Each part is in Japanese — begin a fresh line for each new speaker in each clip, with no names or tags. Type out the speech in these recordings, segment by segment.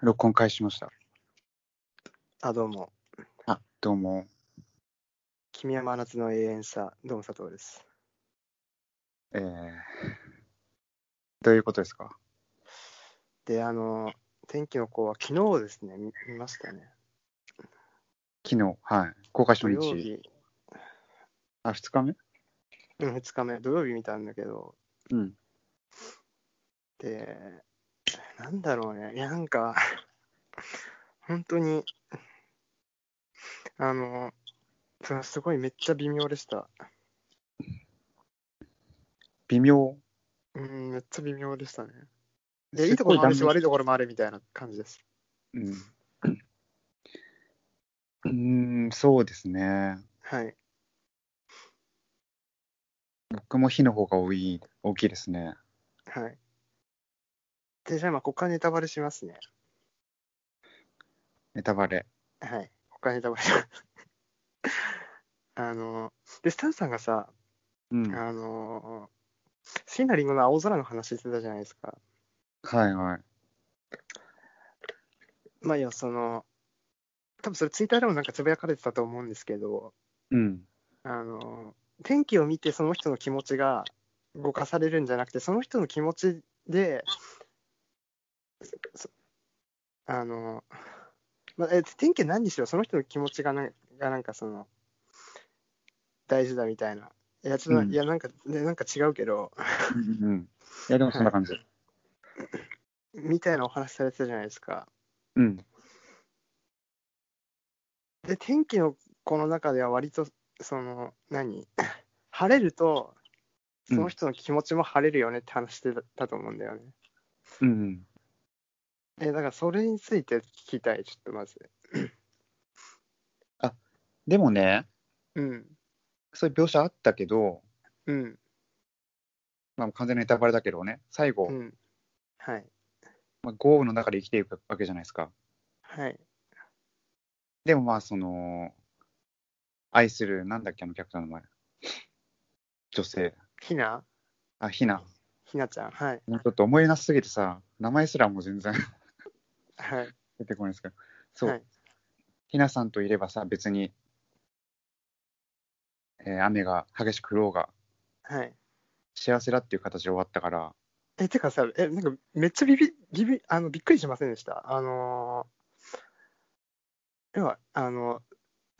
録音開始しました。
あ、どうも。
あ、どうも。
君は真夏の永遠さ、どうも佐藤です。
えー、どういうことですか
で、あの、天気の子は昨日ですね、見見ましたね。
昨日、はい。公開初
土曜
日。
日、
あ、二日目
うん、2日目、土曜日見たんだけど、
うん。
で、なんだろうね、いや、なんか、本当に、あの、そうすごいめっちゃ微妙でした。
微妙。
うん、めっちゃ微妙でしたね。
すっご
で、
い
いいところもあるし、
断面
悪いところもあるみたいな感じです。
うん。うーん、そうですね。
はい。
僕も火の方が多い、大きいですね。
はい。で、じゃあ、まあ、ここからネタバレしますね。
ネタバレ。
はい。他に食べた。 あの、で、スタンさんがさ、
うん。は
あの、好きなリンゴの青空の話してたじゃないですか。
いはい。
まあ、いや、その、多分それツイッターでもなんかつぶやかれてたと思うんですけど、
うん。
あの、天気を見てその人の気持ちが動かされるんじゃなくて、その人の気持ちで、そあの、まあ、え天気は何にしろその人の気持ちがなんがなんかその、大事だみたいな。いや、ちょっとな、
うん
いやなんか、ね、なんか違うけど、
うんうん。いや、でもそんな感じ。
みたいなお話されてたじゃないですか。
うん。
で、天気のこの中では割と、その、何 晴れると、その人の気持ちも晴れるよねって話してたたと思うんだよね。
うん。
え、だからそれについて聞きたい、ちょっとまず。
でもね、
うん、
そういう描写あったけど、
うん、
まあ、完全にネタバレだけどね、最後、
うん。はい、
まあ、豪雨の中で生きていくわけじゃないですか。
はい。
でもまあ、その、愛する、なんだっけ、あのキャラクターの名前。女性。
ひな
あ、ひな。
ひなちゃん、はい、
もうちょっと思い出なさすぎてさ、名前すらもう全然
はい、
出てこないですけど。そう。
はい、
ひなさんといればさ、別に、えー雨が激しく降ろうが、
はい。
幸せだっていう形で終わった から、
え、てかさ、え、なんかめっちゃビビ、ビビ、あの、びっくりしませんでした。あのー、要は、あの、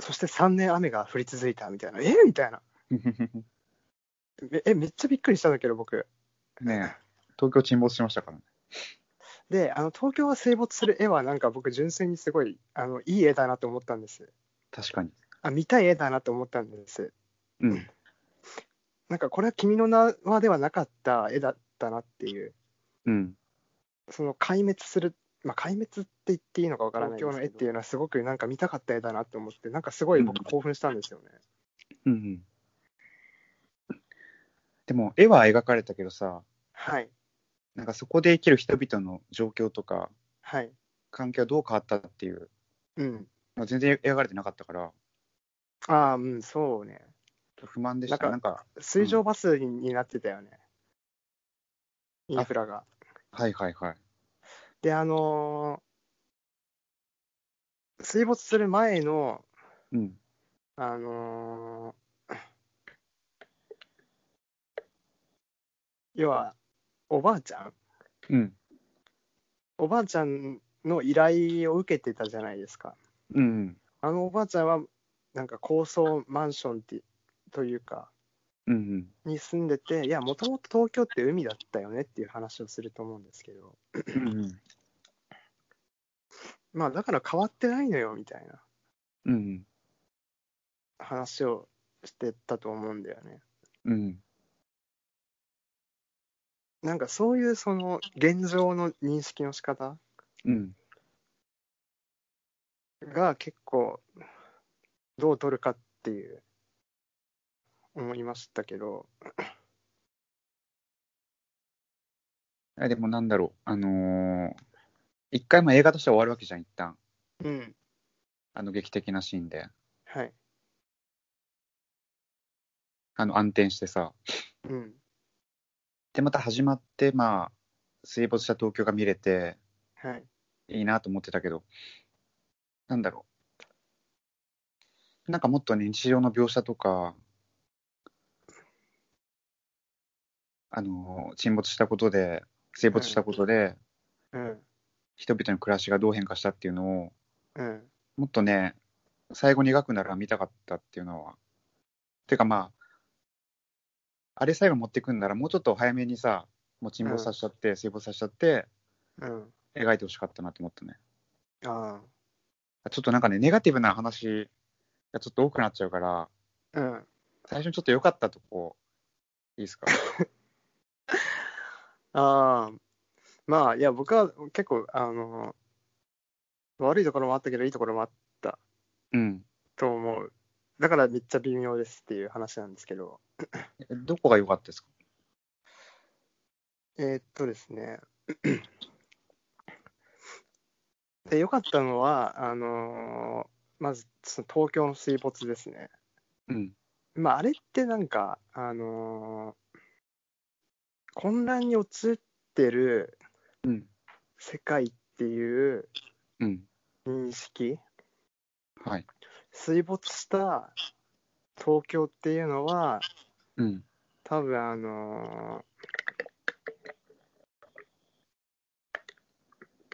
そして3年雨が降り続いたみたいな、えみたいな。めえ、めっちゃびっくりしたんだけど、僕。
ねえ東京沈没しましたからね。
で、あの、東京は水没する絵は、なんか僕、純粋にすごい、あの、いい絵だなと思ったんです。
確かに。
あ、見たい絵だなと思ったんです。
うん。
なんかこれは君の名はではなかった絵だったなっていう、
うん。
その壊滅する、まあ、壊滅って言っていいのかわからない
東京の
東京の
絵
絵
っ
ってていうのはすごくなんか見たかった絵だなと思って、なんかすごい僕
うん
興奮したんですよね。
うんうん。でも、絵は描かれたけどさ、
はい、
なんかそこで生きる人々の状況とか、
はい、
環境はどう変わったっていう、
うん。
まあ、全然描かれてなかったから、
ああ、うん、そうね。
不満でした。な
なんん
か、
水上バスになってたよね。インフラが。
はいはいはい。
で、あのー水没する前の、
うん。
あのー 要は、おばあちゃん
うん。
おばあちゃんの依頼を受けてたじゃないですか。
うん。
あのおばあちゃんは、なんか高層マンションってというか、
うんうん。
に住んでて、いや、もともと東京って海だったよねっていう話をすると思うんですけど、
うん
まあ、だから変わってないのよみたいな
うん。うん
話をしてたと思うんだよね。
うん。
なんかそういうその現状の認識の仕方
うん。
が結構どう取るかっていう思いましたけど、
あでもなんだろう。あのー一回まあ映画として終わるわけじゃん、一旦。
うん、
あの劇的なシーンで。
はい、
あの、暗転してさ。
うん、
で、また始まって、まあ、水没した東京が見れて、
はい、
いいなと思ってたけど、なんだろう。なんかもっと日常の描写とか、あの、沈没したことで、水没したことで、
うん。
人々の暮らしがどう変化したっていうのを、
うん。
もっとね、最後に描くなら見たかったっていうのは。てかまあ、あれ最後持ってくんならもうちょっと早めにさ、もう沈没させちゃって、水没させちゃって、
うん。
描いてほしかったなと思ったね。
あ
ちょっとなんかね、ネガティブな話がちょっと多くなっちゃうから、
あ。うん。
最初にちょっと良かったとこ、いいですか
ああ。まあ、いや、僕は結構、あの、悪いところもあったけど、いいところもあった
うん。
と思う。だからめっちゃ微妙ですっていう話なんですけど。
えどこが良かったですか
えーっとですね。 で、良かったのは、あのーまず、その東京の水没ですね。
うん。
まあ、あれってなんか、あのー混乱に陥ってる
うん。
世界っていう
うん。
認識、
はい。
水没した東京っていうのは、
うん。
多分あの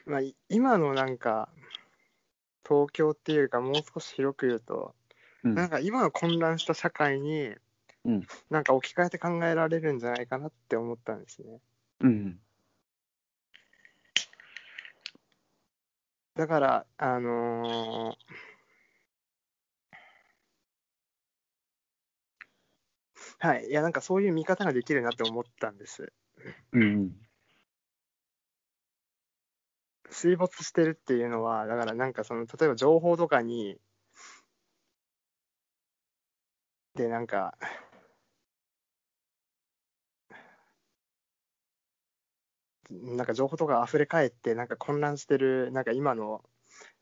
ーまあ、い今のなんか、東京っていうか、もう少し広く言うと、
う
なん
ん。
か今の混乱した社会に、
うん
なんか置き換えて考えられるんじゃないかなって思ったんですね。
うん。
だから、あのーはい、いや、なんかそういう見方ができるなって思ったんです。
うん。
水没してるっていうのは、だからなんかその、例えば情報とかに、で、なんか、なんか情報とか溢れ返って、なんか混乱してる、なんか今の、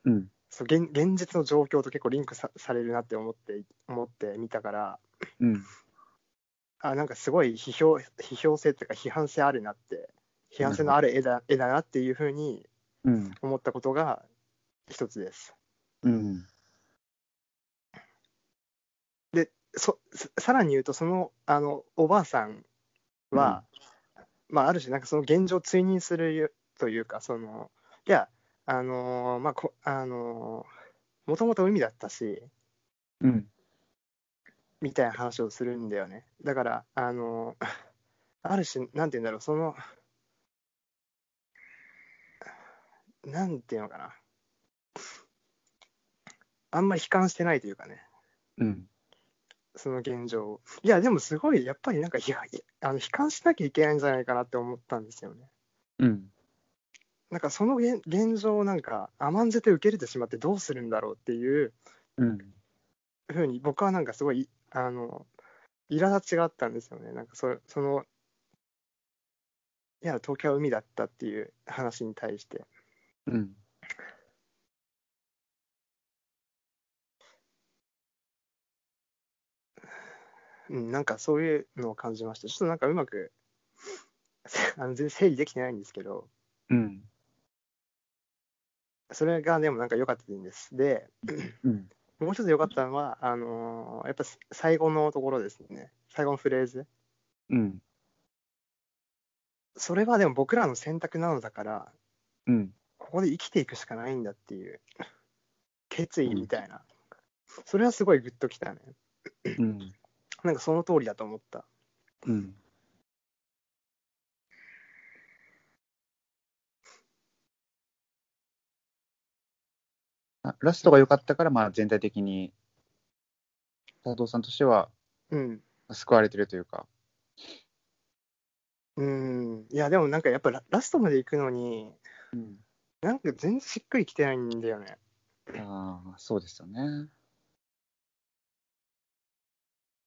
うん。
そう現現実の状況と結構リンクさされるなって思って、思ってみたから、
うん。
あ、なんかすごい批評、批評性っていうか批判性あるなって、批判性のある絵だ絵だなっていうふうに
うん。
思ったことが一つです。
うん。
そささらに言うとそのあのおばあさんは、まあ、ある種なんかその現状を追認するというかそのいやあのーまあこあのーもともと海だったし
うん。
みたいな話をするんだよねだからあのーある種なんて言うんだろうそのなんていうのかなあんまり悲観してないというかね
うん。
その現状をいや、でもすごい、やっぱりなんか、いや、いあの悲観しなきゃいけないんじゃないかなって思ったんですよね。
うん。
なんかその現現状をなんか甘んじて受け入れてしまってどうするんだろうっていう
うん。
ふうに僕はなんかすごいあの苛立ちがあったんですよね。なんかそそのいや東京は海だったっていう話に対して。
うん。
うん、なんかそういうのを感じました。ちょっとなんかうまく あの全然整理できてないんですけど、
うん。
それがでもなんか良かったんです。で、
うん。
もう一つ良かったのは、あのーやっぱす最後のところですね。最後のフレーズ。
うん。
それはでも僕らの選択なのだから、
うん。
ここで生きていくしかないんだっていう、決意みたいな。それはすごいグッときたね。
うん。
なんかその通りだと思った。
うん。あラストが良かったから、まあ、全体的に、佐藤さんとしては
うん。
救われてるというか。
うん。いや、でもなんかやっぱララストまで行くのに、
うん、
なんか全然しっくりきてないんだよね。
ああ、そうですよね。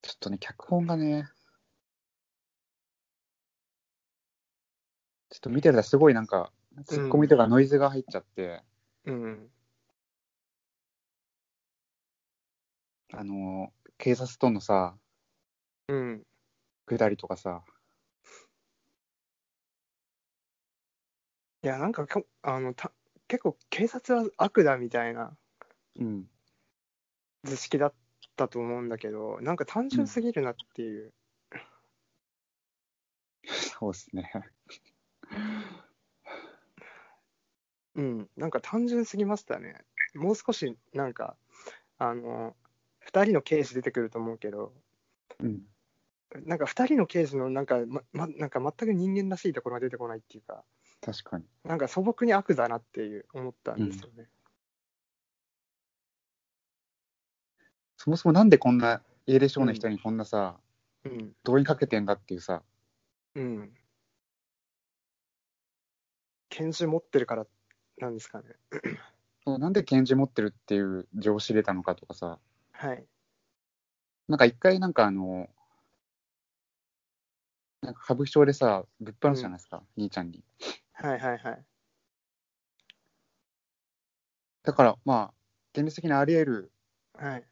ちょっとね、脚本がね、ちょっと見てたらすごいなんか、ツッコミとかノイズが入っちゃって、
うん。
あのー、警察とのさ、
うん。
下りとかさ、
いや、なんかきょあのた結構警察は悪だみたいな
うん。
図式だったと思うんだけどなんか単純すぎるなっていう、
そうですね。
うんなんか単純すぎましたねもう少しなんかあの2人の刑事出てくると思うけど
うん。
なんか2人の刑事のなんか,、まま、なんか全く人間らしいところが出てこないっていうか
確かに。
なんか素朴に悪だなっていう思ったんですよね、
そもそもなんでこんな、英霊少年の人にこんなさ、
うん
動員かけてんだっていうさ、
うん。拳銃持ってるからなんですかね。
そうなんで拳銃持ってるっていう情知れたのかとかさ、
はい。
なんか一回なんかあの、なんか歌舞伎町でさ、ぶっ放すじゃないですか、兄ちゃんに。
はいはいはい。
だからまあ、現実的にあり得る
はい。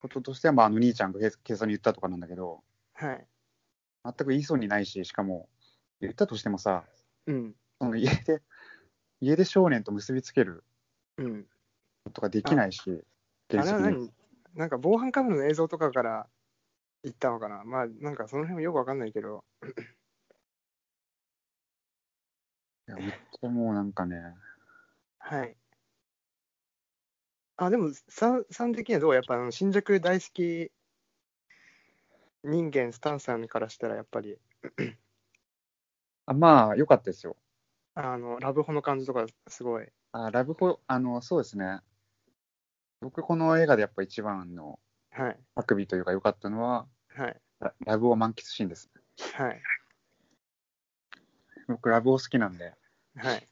こととしては、まあ、あの兄ちゃんが警警察に言ったとかなんだけど、
はい。
全く言いそうにないし、しかも、言ったとしてもさ、
うん。
その家で、家で少年と結びつける
うん。
ことができないし、
あれ
現実
は
的に
何なんか防犯カメラの映像とかから行ったのかなまあなんかその辺もよくわかんないけど。
いやめっちゃもうなんかね、
はい。あ、でも、さんさん的にはどうやっぱあの新宿大好き人間スタンさんからしたらやっぱり
あまあ、良かったですよ。
あのラブホの感じとかすごい。
あラブホ、あの、そうですね。僕、この映画でやっぱ一番の
はい。
あくびというか良かったのは、
はい。
ララブを満喫シーンです。
はい。
僕、ラブを好きなんで、
はい。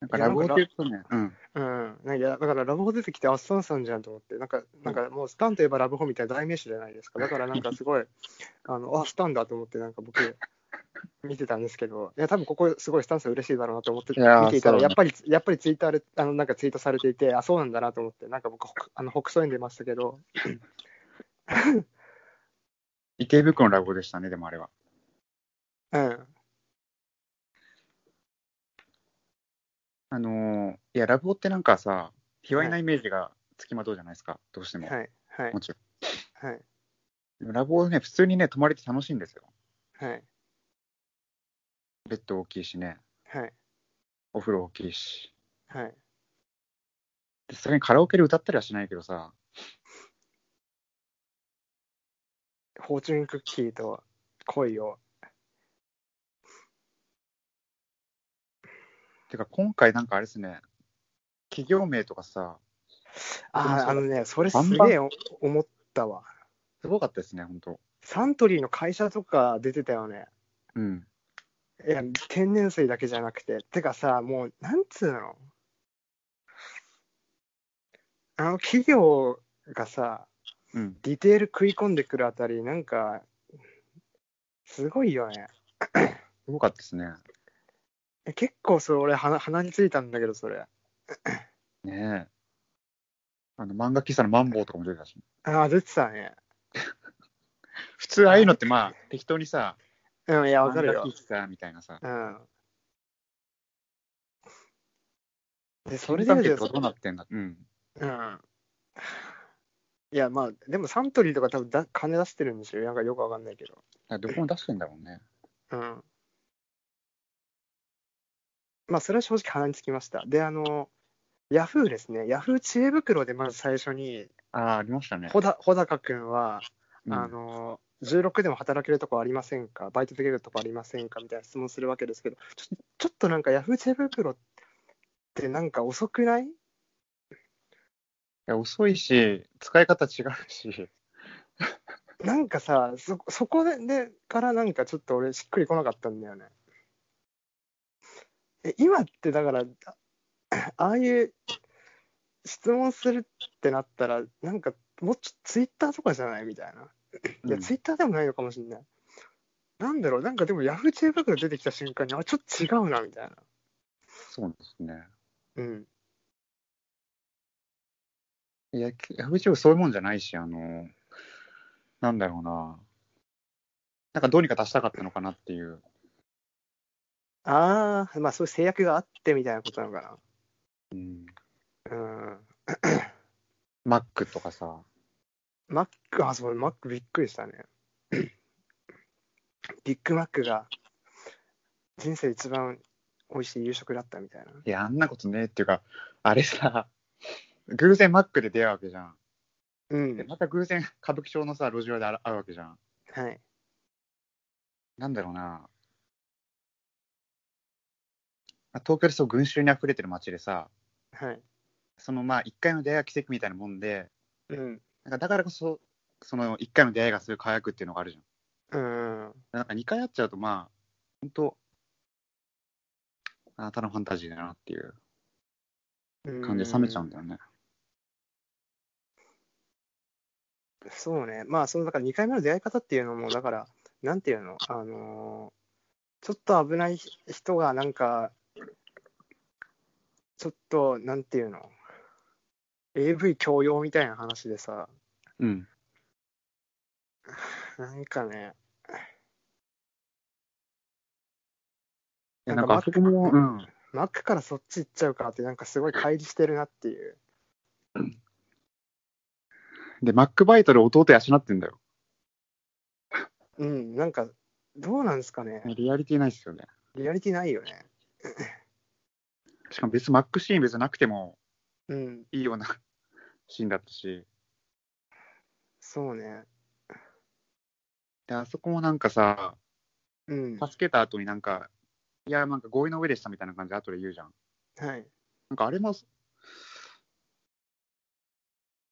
なんか
いや
ラブをって言うとね、うん、
うん、なんかいやだからラブホ出てきて、あスタンさんじゃんと思って、なんか、なんかもうスタンといえばラブホみたいな代名詞じゃないですか、だ からなんかすごい、あのあスタンだと思って、なんか僕、見てたんですけど、いや、多分ここ、すごいスタンさん嬉しいだろうなと思って、
いやー
見ていたら、
そう
や
だね
っぱり、やっぱりツイッターで、あのなんかツイートされていて、あそうなんだなと思って、なんか僕、ほくあの北総園出ましたけど、
池袋のラブでしたね、でもあれは。
うん、
あのーいや、ラブオってなんかさ、卑猥なイメージがつきまとうじゃないですか、どうしても。
はい、はい
も、ちろ
はい、
ん。でもラブオね、普通にね、泊まれて楽しいんですよ。
はい、
ベッド大きいしね、
はい、
お風呂大きいし。
はい、
でそれにカラオケで歌ったりはしないけどさ、
フォーチュンクッキーと恋を、
てか今回なんかあれですね、企業名とかさ、
あーあのね、それす
バン
げえお思ったわ。
すごかったですね、本当
サントリーの会社とか出てたよね。
うん。
いや、天然水だけじゃなくて。てかさ、もう、なんつうのあの企業がさ、
うん。
ディテール食い込んでくるあたり、なんか、すごいよね。
すごかったですね。
え結構それ、俺鼻、鼻についたんだけど、それ。
ねえ。あの、漫画喫茶のマンボウとかも出てたし。
ああ、出てたね。
普通ああいうのってまあ、適当にさ、
うん、いや、わか
漫
る
画
よ。
喫茶みたいなさ、
うん。で、そ
そ
れ
れ
で
だけ
言う
ど
と
どうなってんだうん。
うんいや、まあ、でもサントリーとか多分だ金出してるんですよ。なんかよくわかんないけど。
あどこも出してんだもんね。
うん。まあ、それは正直鼻につきました。で、あの、ヤフーですね。ヤフー知恵袋でまず最初に、
ああ、ありましたね。
ほだほだかくんは、
うん
あの、16でも働けるとこありませんかバイトできるとこありませんかみたいな質問するわけですけど、ちょちょっとなんかヤフー知恵袋ってなんか遅くな
い
い
や遅いし、使い方違うし、
なんかさ、そそこででからなんかちょっと俺しっくりこなかったんだよね。え今ってだから、あああいう質問するってなったら、なんかもうちょっとツイッターとかじゃないみたいな。いや、
うん
ツイッターでもないのかもしれない。なんだろう、なんかでもヤフー知恵袋出てきた瞬間に、あ、ちょっと違うなみたいな。
そうですね。
うん。
いや、ヤフーチューブそういうもんじゃないし、あの、なんだろうな。なんかどうにか出したかったのかなっていう。
ああ、まあそういう制約があってみたいなことなのか
うん。
な。うん。
Mac とかさ、
Mac、あ、そう、Mac びっくりしたね。 ビッグマックが人生一番美味しい夕食だったみたいな。
いや、あんなことねえっていうか、あれさ、偶然 Mac で出会うわけじゃん。
うん
で、。また偶然歌舞伎町のさ、路地裏で会うわけじゃん。
はい。
なんだろうな。まあ東京でそう群衆に溢れてる街でさ、
はい。
そのまあ一回の出会いが奇跡みたいなもんで、
うん。
なんかだからこそ、その一回の出会いがすごい輝くっていうのがあるじゃん。
うん。
なんか二回会っちゃうとまあ、本当あなたのファンタジーだなっていう感じで冷めちゃうんだよね。
そうね、まあ、そのだから2回目の出会い方っていうのも、だから、なんていうの、あのーちょっと危ない人が、なんか、ちょっと、なんていうの、AV 強要みたいな話でさ、
うん。
なんかね、
いやな
な
んん
か
かあそこも、うん。
マックからそっち行っちゃうかって、なんかすごい乖離してるなっていう。
で、Mac バイトで弟養ってんだよ。
うん、なんか、どうなんですかね、
リアリティないですよね。
リアリティないよね。
しかも別に Mac シーン別になくても
うん、
いいような シーンだったし。
そうね。
で、あそこもなんかさ、
うん、は
助けた後になんか、いや、なんか合意の上でしたみたいな感じで後で言うじゃん。
い。
なんかあれも、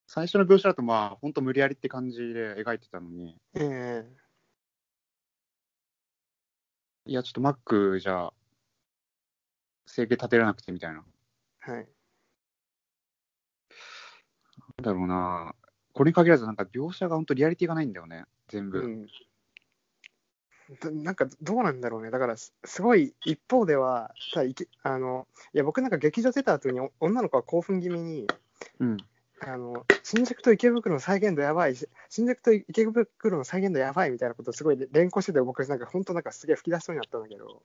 最初の描写だとまあ、本当無理やりって感じで描いてたのに、
ええ
いや、ちょっとマックじゃ、整形立てられなくてみたいな。なん
はい。
だろうなこれに限らずなんか描写が本当リアリティがないんだよね、全部。
うんどなんかどうなんだろうね、だからすすごい一方では、ただいきあのいや僕なんか劇場出た後にお女の子は興奮気味に
うん。
あの、新宿と池袋の再現度やばい、し新宿と池袋の再現度やばいみたいなことをすごい連連呼してて、僕なんか本当なんかすげえ吹き出しそうになったんだけど、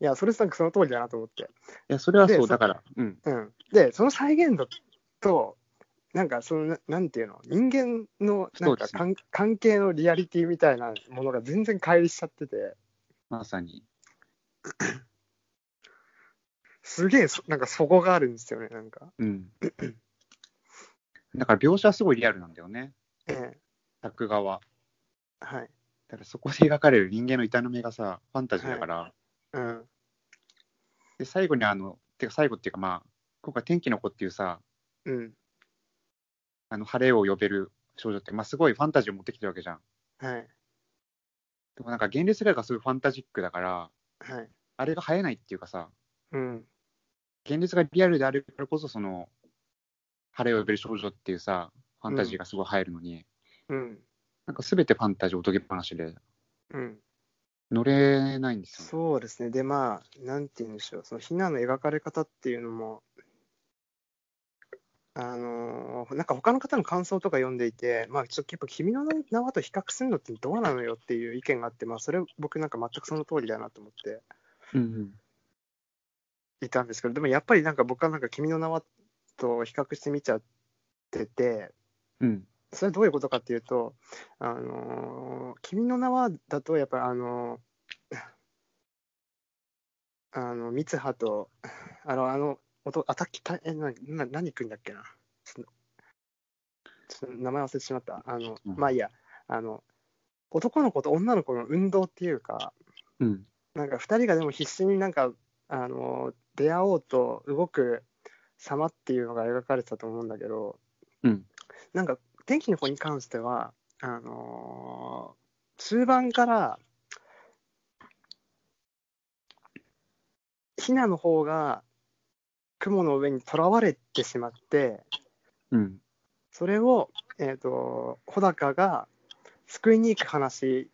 いや、それなんかその通りだなと思って、
いや、それは
で
そ、
そう
だから、うん。
うん、で、その再現度と、なんかそのな、なんていうの、人間のなんか
そ
かん、関係のリアリティみたいなものが全然乖離しちゃってて、
まさに。
すげえそ、なんかそこがあるんですよね、なんか。
うん。だから描写はすごいリアルなんだよね、
ええ
作画は。
はい。
だからそこで描かれる人間の痛みがさ、ファンタジーだから、
うん。
で、最後にあの、てか最後っていうかまあ、今回天気の子っていうさ、
うん。
あの、晴れを呼べる少女って、まあすごいファンタジーを持ってきてるわけじゃん。
はい。
でもなんか現実世界がすごいファンタジックだから、
はい。
あれが映えないっていうかさ、
うん。
現実がリアルであるからこそ、その、晴れを呼べる少女っていうさ、ファンタジーがすごい映えるのに、
うん。
なんか全てファンタジーおとぎっぱなしで、
うん。
乗れないんですよね。
そうですね。で、まあ、なんて言うんでしょう、そのヒナの描かれ方っていうのも、あのーなんか他の方の感想とか読んでいて、まあ、ちょっとやっぱ君の名はと比較するのってどうなのよっていう意見があって、まあ、それ僕なんか全くその通りだなと思って
うんうん。
いたんですけど、でもやっぱりなんか僕はなんか君の名はと比較してみちゃってて、
うん。
それはどういうことかっていうと、あのー君の名はだと、やっぱりあのーあの、ミツハと、あの、あの、音、あたき、たえ、な、な、何君だっけな。ちょっと、ちょっと名前忘れてしまった。あの、
うん
まあいいや、あの、男の子と女の子の運動っていうか、
うん。
なんか2人がでも必死になんか、あのー出会おうと動く様っていうのが描かれてたと思うんだけど、
うん
なんか天気の子に関してはあのー中盤からヒナの方が雲の上にとらわれてしまって
うん。
それを、えー、と穂高が救いに行く話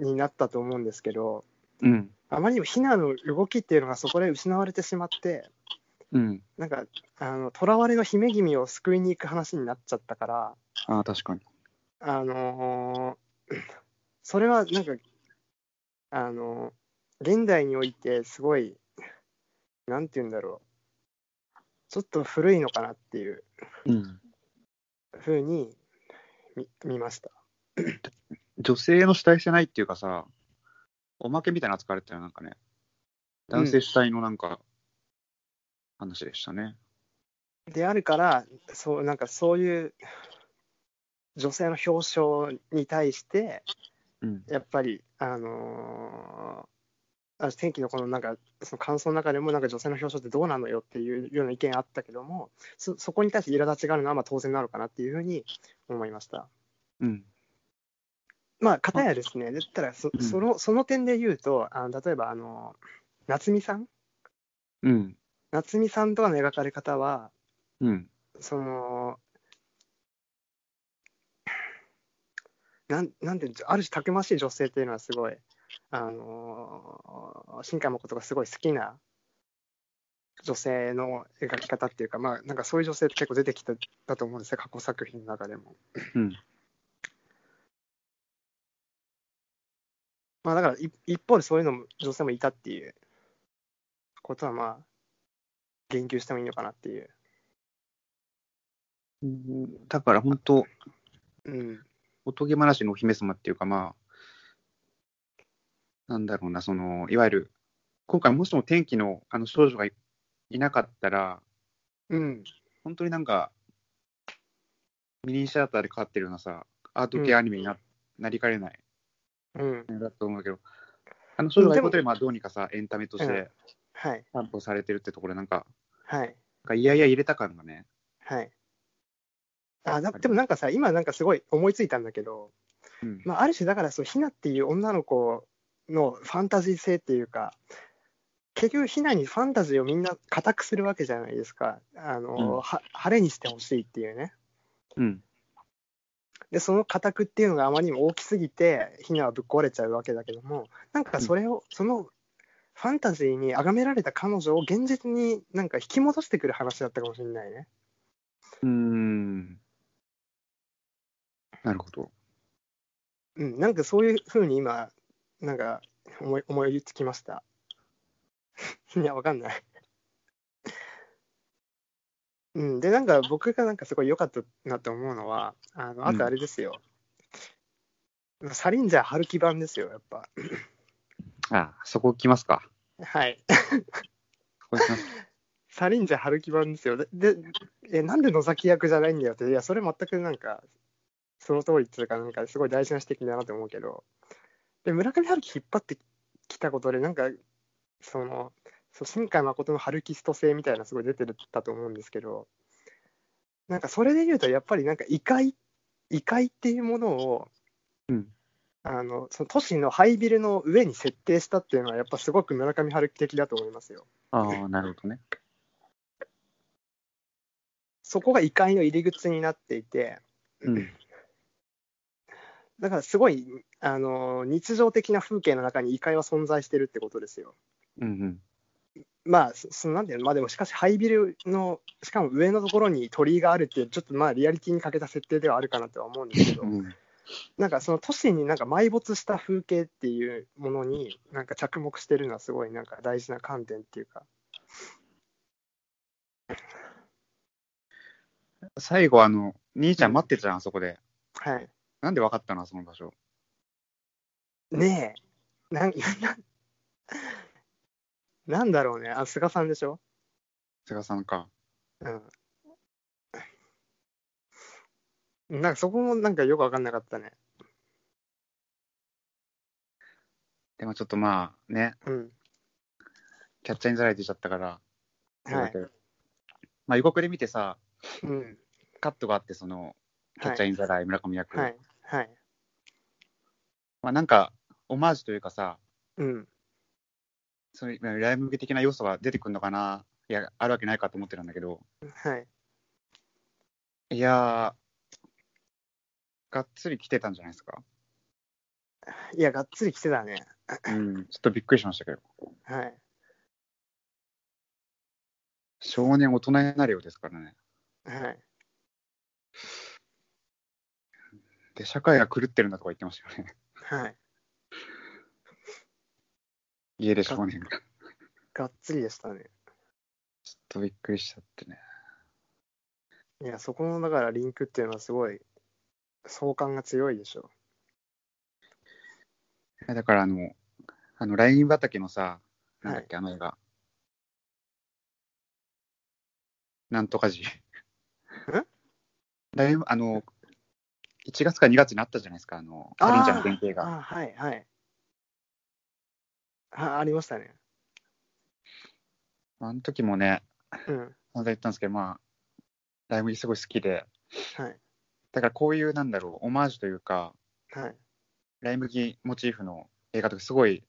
になったと思うんですけど、
うん。
あまりにもヒナの動きっていうのがそこで失われてしまって、
うん。
なんか、あの、囚われの姫君を救いに行く話になっちゃったから、
ああ、確かに。
あのーそれはなんか、あの、現代においてすごい、なんて言うんだろう、ちょっと古いのかなっていう
うん、
ふうに見見ました。
女性の主体性ないっていうかさ、おまけみたいな扱われてたよ、なんかね。男性主体のなんか、話でしたね。
であるから、そうなんかそういう女性の表彰に対して、
うん。
やっぱり、あのーあ天気のこのなんかその感想の中でもなんか女性の表彰ってどうなのよっていうような意見あったけどもそそこに対して苛立ちがあるのはまあ当然なのかなっていうふうに思いました。
うん。
まあ、片やですね、だったらそ
うん
そのその点で言うと、あの例えばあの夏美さん
うん。
夏美さんとかの描かれ方は、
うん。
そのなんなんていうんでしょうある種たくましい女性っていうのはすごい、あの新海誠がすごい好きな女性の描き方っていうか、まあ、なんかそういう女性って結構出てきただと思うんですよ過去作品の中でも。
うん。
まあだからい一方でそういうのも女性もいたっていうことはまあ言及してもいいのかなっていう。
うんだから本当、
うん。
おとぎ話のお姫様っていうか、まあ、なんだろうな、その、いわゆる、今回もしも天気のあの少女がいいなかったら、
うん。
本当になんか、ミニシアターで変わってるようなさ、アート系アニメにな,、なりかねない、
うん。
ね、だと思うけど、あの少女がいることで、まあ、どうにかさ、エンタメとし
う
て
んはい。
担保されてるってところで、なんか、
は
な
い。
んかいやいや入れた感がね、
はい。あだでもなんかさ、今なんかすごい思いついたんだけど、
うん、
まあ、ある種だからそう、ひなっていう女の子のファンタジー性っていうか、結局、ひなにファンタジーをみんな固くするわけじゃないですか。あの、
うん
は晴れにしてほしいっていうね。
うん、
でその家宅っていうのがあまりにも大きすぎてヒナはぶっ壊れちゃうわけだけどもなんかそれを、そのファンタジーに崇められた彼女を現実になんか引き戻してくる話だったかもしれないね
うーん、なるほど。
うんなんかそういうふうに今なんか思い思いつきました いやわかんない うんでなんか僕がなんかすごい良かったなと思うのはあのあとあれですよ、サリンジャー春樹版ですよやっぱ
あそこ来ますか。
はい
ここ行きます
サリンジャー春樹版ですよ。で、でえなんで野崎役じゃないんだよって、いや、それ全くなんか、その通りっていうか、なんかすごい大事な指摘だなと思うけど、で、村上春樹引っ張ってきたことで、なんか、その、そう新海誠の春キスト性みたいなのすごい出てたと思うんですけど、なんかそれで言うと、やっぱりなんか異界、異界っていうものを、
うん
あのその都市のハイビルの上に設定したっていうのは、やっぱすごく村上春樹的だと思いますよ。
ああ、なるほどね。
そこが異界の入り口になっていて、
うん、
だからすごい、あの日常的な風景の中に異界は存在してるってことですよ。
うん、うん。
まあ、そそのなんていうの、まあでもしかし、ハイビルの、しかも上のところに鳥居があるっていう、ちょっとまあ、リアリティに欠けた設定ではあるかなとは思うんですけど、
うん
なんかその都市になんか埋没した風景っていうものに、なんか着目してるのは、すごいなんか大事な観点っていうか、
最後、あの、兄ちゃん待ってたじゃん、あそこで。
はい。
なんで分かったの、あそこの場所。
ねえ、なん なんだろうね、あ、菅さんでしょ
菅さんか。
うん。なんかそこもなんかよく分かんなかったね。
でもちょっとまあ、ね、
うん。
キャッチャーインザライ出ちゃったから。
はい。
まあ、予告で見てさ、
うん。
カットがあって、その、キャ
は
ッチャー
い。
インザライ、村上役。
はい。はい。
まあ、なんか、オマージュというかさ、
うん。
そういうライブ的な要素が出てくるのかな、いや、あるわけないかと思ってたんだけど、
はい。
いやー、がっつり来てたんじゃないです か。
いや、がっつり来てたね。
うん、ちょっとびっくりしましたけど。
はい。
少年大人になるようですからね。
はい。
で、社会が狂ってるんだとか言ってましたよね。
はい。
家出少年が。ちょっ
がっつりでしたね。
とびっくりしちゃってね。
いや、そこのだからリンクっていうのはすごい相関が強いでしょ。
いやだからあの、あの、ライン畑のさ、なんだっけ、あの映画。なんとかじ。ライン、あの、1月か2月にあったじゃないですか、あの、
あー
かりんちゃんの限定が。
あはいはい。あありましたね。
あの時もね、
うん。
まだ言ったんですけど、まあ、ライ麦すごい好きで、
はい
だからこういう、なんだろう、オマージュというか、
はい。
ライ麦モチーフの映画とか、すごい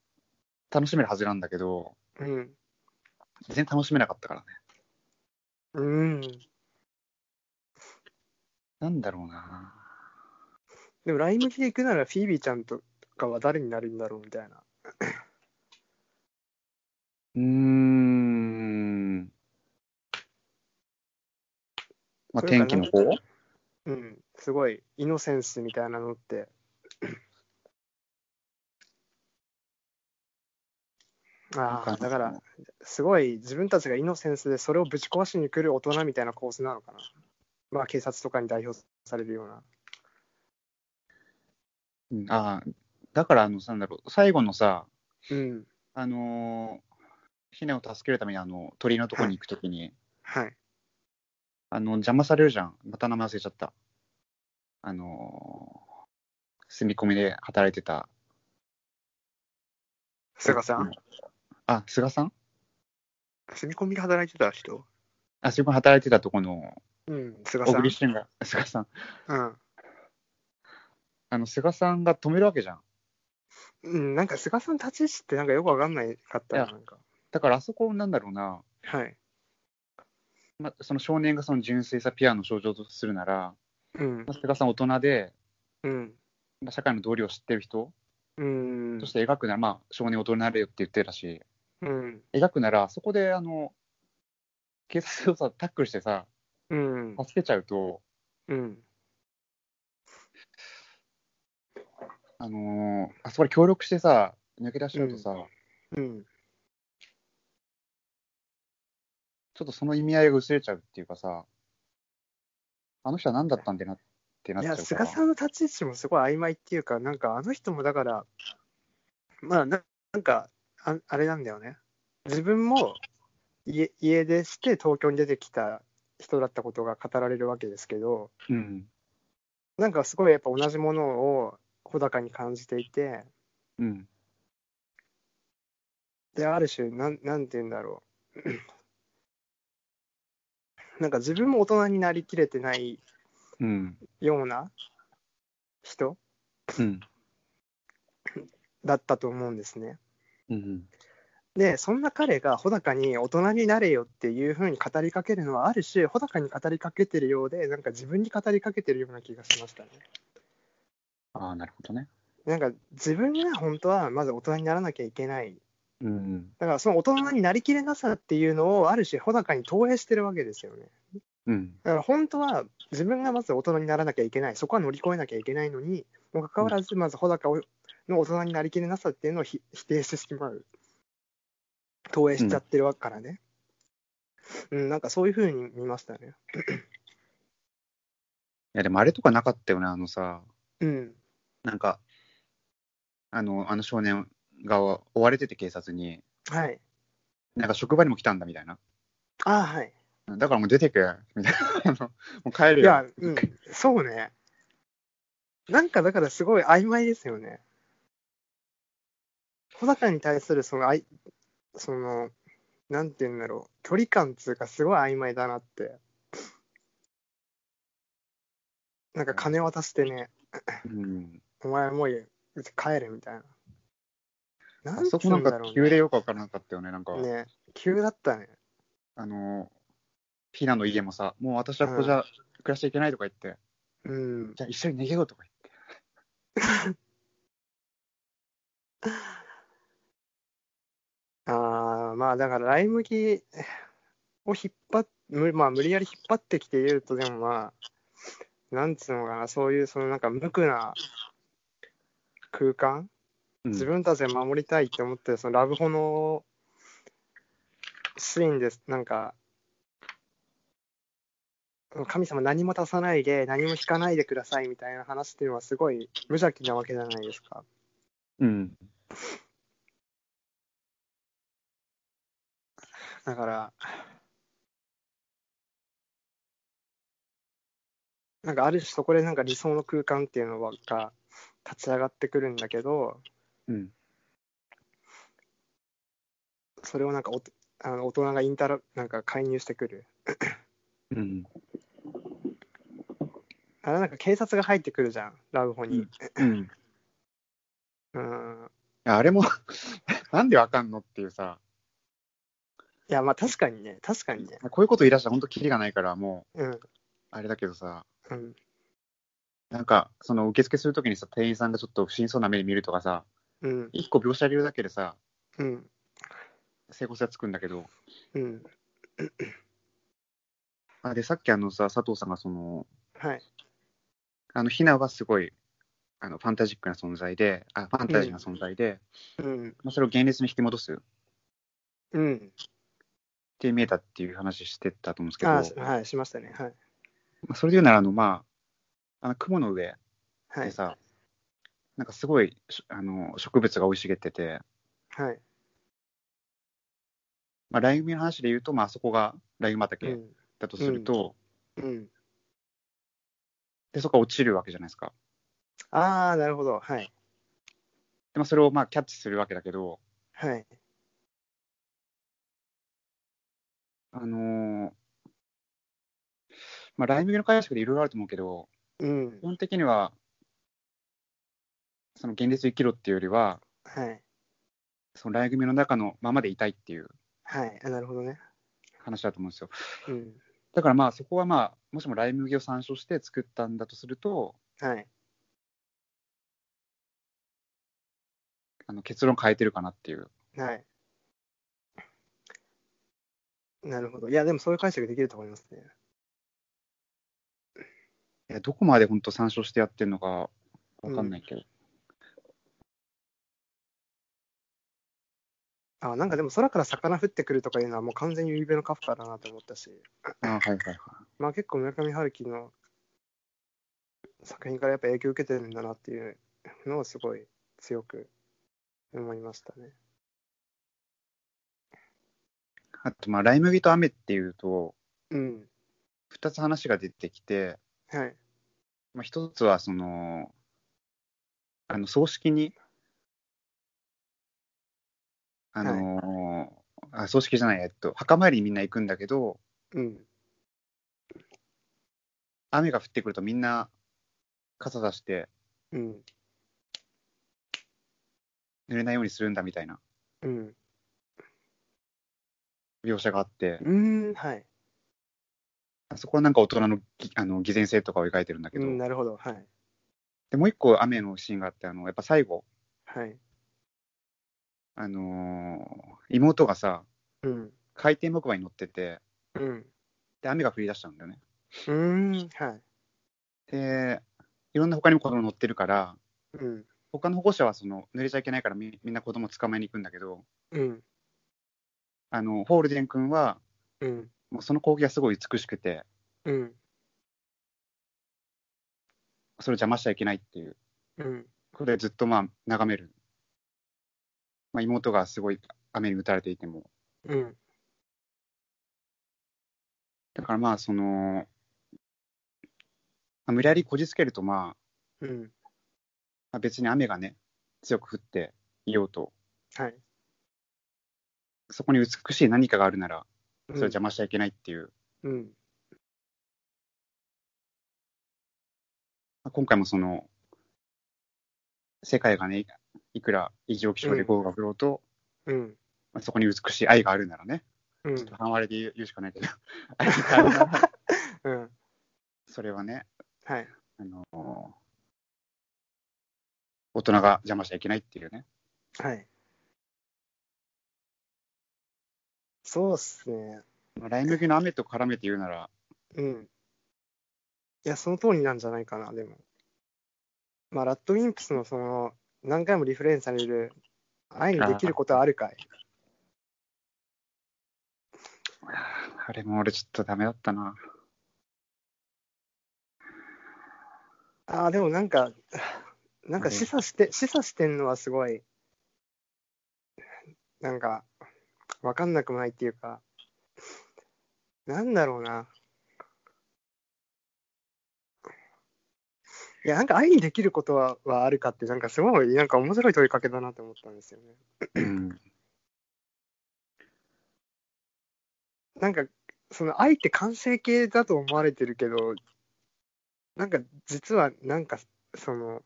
楽しめるはずなんだけど、
うん。
全然楽しめなかったからね。
うん。
なんだろうな。
でも、ライムで行くなら、フィービーちゃんとかは誰になるんだろうみたいな。
うーん。まあ、
それか
天
な
気の方
うん。すごい、イノセンスみたいなのって。 ああ、だから、、すごい自分たちがイノセンスでそれをぶち壊しに来る大人みたいな構図なのかな。まあ、警察とかに代表されるような。
うんああ、だから、あの、なんだろう、最後のさ、
うん。
あのーヒナを助けるために、あの、鳥のとこに行くときに、
はい。
あの、邪魔されるじゃん。また名前忘れちゃった。あのー住み込みで働いてた。
菅さん、
あ、菅さん
住み込みで働いてた人
あ、住み込み働いてたとこの、
うん、菅
小
さん。
栗旬が、菅さん。
うん
あの、菅さんが止めるわけじゃん。
うん、なんか菅さん立ち位置ってなんかよくわかんないかった
い
な、
や
なんか。
だから、あそこ、なんだろうな、
はい。
ま、その少年がその純粋さ、ピュアの象徴とするなら、
うん
ま。菅さん大人で、
うん。
ま社会の道理を知ってる人
うん
と。して描くなら、まあ、少年大人になれよって言ってたし、
うん。
描くなら、そこで、あの、警察をさ、タックルしてさ、
うん。
助けちゃうと、
うん。
あのーあそこで協力してさ、抜け出しちゃうとさ、
うん。
ちょっとその意味合いが薄れちゃうっていうかさ、あの人は何だったんでなってないっちゃう
や、
から。
菅さんの立ち位置もすごい曖昧っていうか、なんかあの人もだから、まあな、なんかあ、あれなんだよね。自分も家家出して東京に出てきた人だったことが語られるわけですけど、
うん。
なんかすごいやっぱ同じものを小高に感じていて、
うん。
で、ある種、なん、なんて言うんだ ろう。なんか自分も大人になりきれてない
うん。
ような人
うん。
だったと思うんですね。
うん。
で、そんな彼が穂高に大人になれよっていうふうに語りかけるのは、ある種、穂高に語りかけてるようで、なんか自分に語りかけてるような気がしましたね。
ああ、なるほどね。
なんか自分が本当はまず大人にならなきゃいけない
うん。
だからその大人になりきれなさっていうのをある種穂高に投影してるわけですよね。
うん。
だから本当は自分がまず大人にならなきゃいけないそこは乗り越えなきゃいけないのにもかかわらずまず穂高をの大人になりきれなさっていうのをひ否定してしまう投影しちゃってるわけからね、うんなんかそういうふうに見ましたね。
いや、でもあれとかなかったよね、あのさ、
うん
なんか、あの、あの少年が追われてて警察に、
はい、
なんか職場にも来たんだみたいな。
ああはい
だからもう出てけ、みたいな。あ のもう帰る
い
よ。
や、うん、そうね。なんかだからすごい曖昧ですよね。小高に対するそのあい、その、なんて言うんだろう、距離感っていうかすごい曖昧だなって。なんか金渡してね、
うん。
お前もううち帰れみたいな。な
あ
んて
そこ
言
な
うんんだ
か
ろう
急で
ね。
よくわからなかったよね、なんか。
ね急だったね。
あの、ピナの家もさ、もう私はここじゃ暮らしちゃいけないとか言って、
うん。
じゃあ一緒に逃げようとか言って。
ああ、まあだから、ライ麦を引っ張っ、むまあ無理やり引っ張ってきて言うと、でもまあ、なんつうのかな、そういう、そのなんか無垢な空間
うん
自分たちで守りたいって思ってるそのラブホのシーンですなんか神様何も足さないで何も引かないでくださいみたいな話っていうのはすごい無邪気なわけじゃないですか
うん。
だからなんかある種そこでなんか理想の空間っていうのが立ち上がってくるんだけど
うん。
それをなんかおあの大人がインタラなんか介入してくる
うん。
あれなんか警察が入ってくるじゃんラブホに、
うん。
うん、
あれも、 なんでわかんのっていうさ、
いやまあ確かにね確かにね
こういうこと言い出したら本当キリがないから、も
うん
う、あれだけどさ、
うん
なんか、その受付するときにさ、店員さんがちょっと不審そうな目で見るとかさ、
うん
一個描写入れるだけでさ、
うん
成功性はつくんだけど、
うん
あで、さっきあのさ、佐藤さんがその、
はい
あの、ヒナはすごい、あの、ファンタジックな存在で、あ、ファンタジーな存在で、
うん
まあ、それを現実に引き戻すっ
うん
ていう見えたっていう話してたと思うんですけど、
あーはいしましたねはい
まあ、それで言うなら、あの、まあ、あの、雲の上
は
で
い
さ、なんかすごい、しあの、植物が生い茂ってて、
はい
まあ、ライ麦の話で言うと、まあ、あそこがライ麦
う
畑
ん
だとすると、
うん
で、そこが落ちるわけじゃないですか。
ああなるほどはい
で、まあ、それをまあ、キャッチするわけだけど、
はい
あのーまあ、ライ麦の解釈でいろいろあると思うけど、
うん
基本的には、その現実を生きろっていうよりは、
はい
そのライ組の中のままでいたいっていう
はいあなるほどね
話だと思うんですよ。
うん
だからまあそこはまあ、もしもライ麦を参照して作ったんだとすると、
はい
あの結論変えてるかなっていう。
はいなるほどいやでもそういう解釈できると思いますね
いやどこまで本当参照してやってるのかわかんないけど。
あなんかでも空から魚降ってくるとかいうのはもう完全に海辺のカフカだなと思ったし
ああはいはいはい。
まあ結構村上春樹の作品からやっぱ影響受けてるんだなっていうのをすごい強く思いましたね。
あとまあ、ライ麦と雨っていうと、
うん。
2つ話が出てきて、
はい。
まあ、1つはその、あの葬式に、あのーあ葬式じゃない、えっと、墓参りにみんな行くんだけど、
うん。
雨が降ってくるとみんな傘出して
うん。
濡れないようにするんだみたいな
うん。
描写があって、
うん。はい。
そこはなんか大人のぎあの偽善性とかを描いてるんだけ
う
ど、
ん、なるほど。はい。
でもう一個雨のシーンがあって、あのやっぱ最後、
はい。
あのー妹がさ、
うん。
回転木馬に乗ってて、
うん。
で雨が降り出しちゃうんだよね。
うん。はい。
で、いろんな他にも子供乗ってるから、
うん。
他の保護者はその濡れちゃいけないからみみんな子供捕まえに行くんだけど、
うん。
あのホールデン君は、
うん。
もうその光景がすごい美しくて、
うん。
それを邪魔しちゃいけないっていう。
うん。
これずっとまあ眺める、まあ、妹がすごい雨に打たれていても
うん。
だからまあそのまあ無理やりこじつけるとまあ
うん。
まあ別に雨がね強く降っていようと
はい。
そこに美しい何かがあるならそれは邪
ゃ
魔しちゃいけないっていう、
うん。
まあ今回もその世界がねいくら異常気象で豪雨が降ろうと、
うん。
まあ、そこに美しい愛があるならね、
うん
ちょっと半割れで言う言うしかないけど愛があるなら
うん。
それはね
はい。
あの大人が邪魔しちゃいけないっていうね。
はい。そうっすね。
まあ、ライ麦の雨と絡めて言うなら、
うん。いや、その通りなんじゃないかな、でも。まあ、ラッドウィンプスのその、何回もリフレインされる愛にできることはあるかい
あれも俺ちょっとダメだったな。
ああ、でもなんか、なんか示唆して、示唆してんのはすごい、なんか、わかんなくもないっていうか、なんだろうな。いや、なんか愛にできることははあるかって、なんかすごい、なんか面白い問いかけだなと思ったんですよね。
うん。
なんか、その愛って完成形だと思われてるけど、なんか実はなんか、その、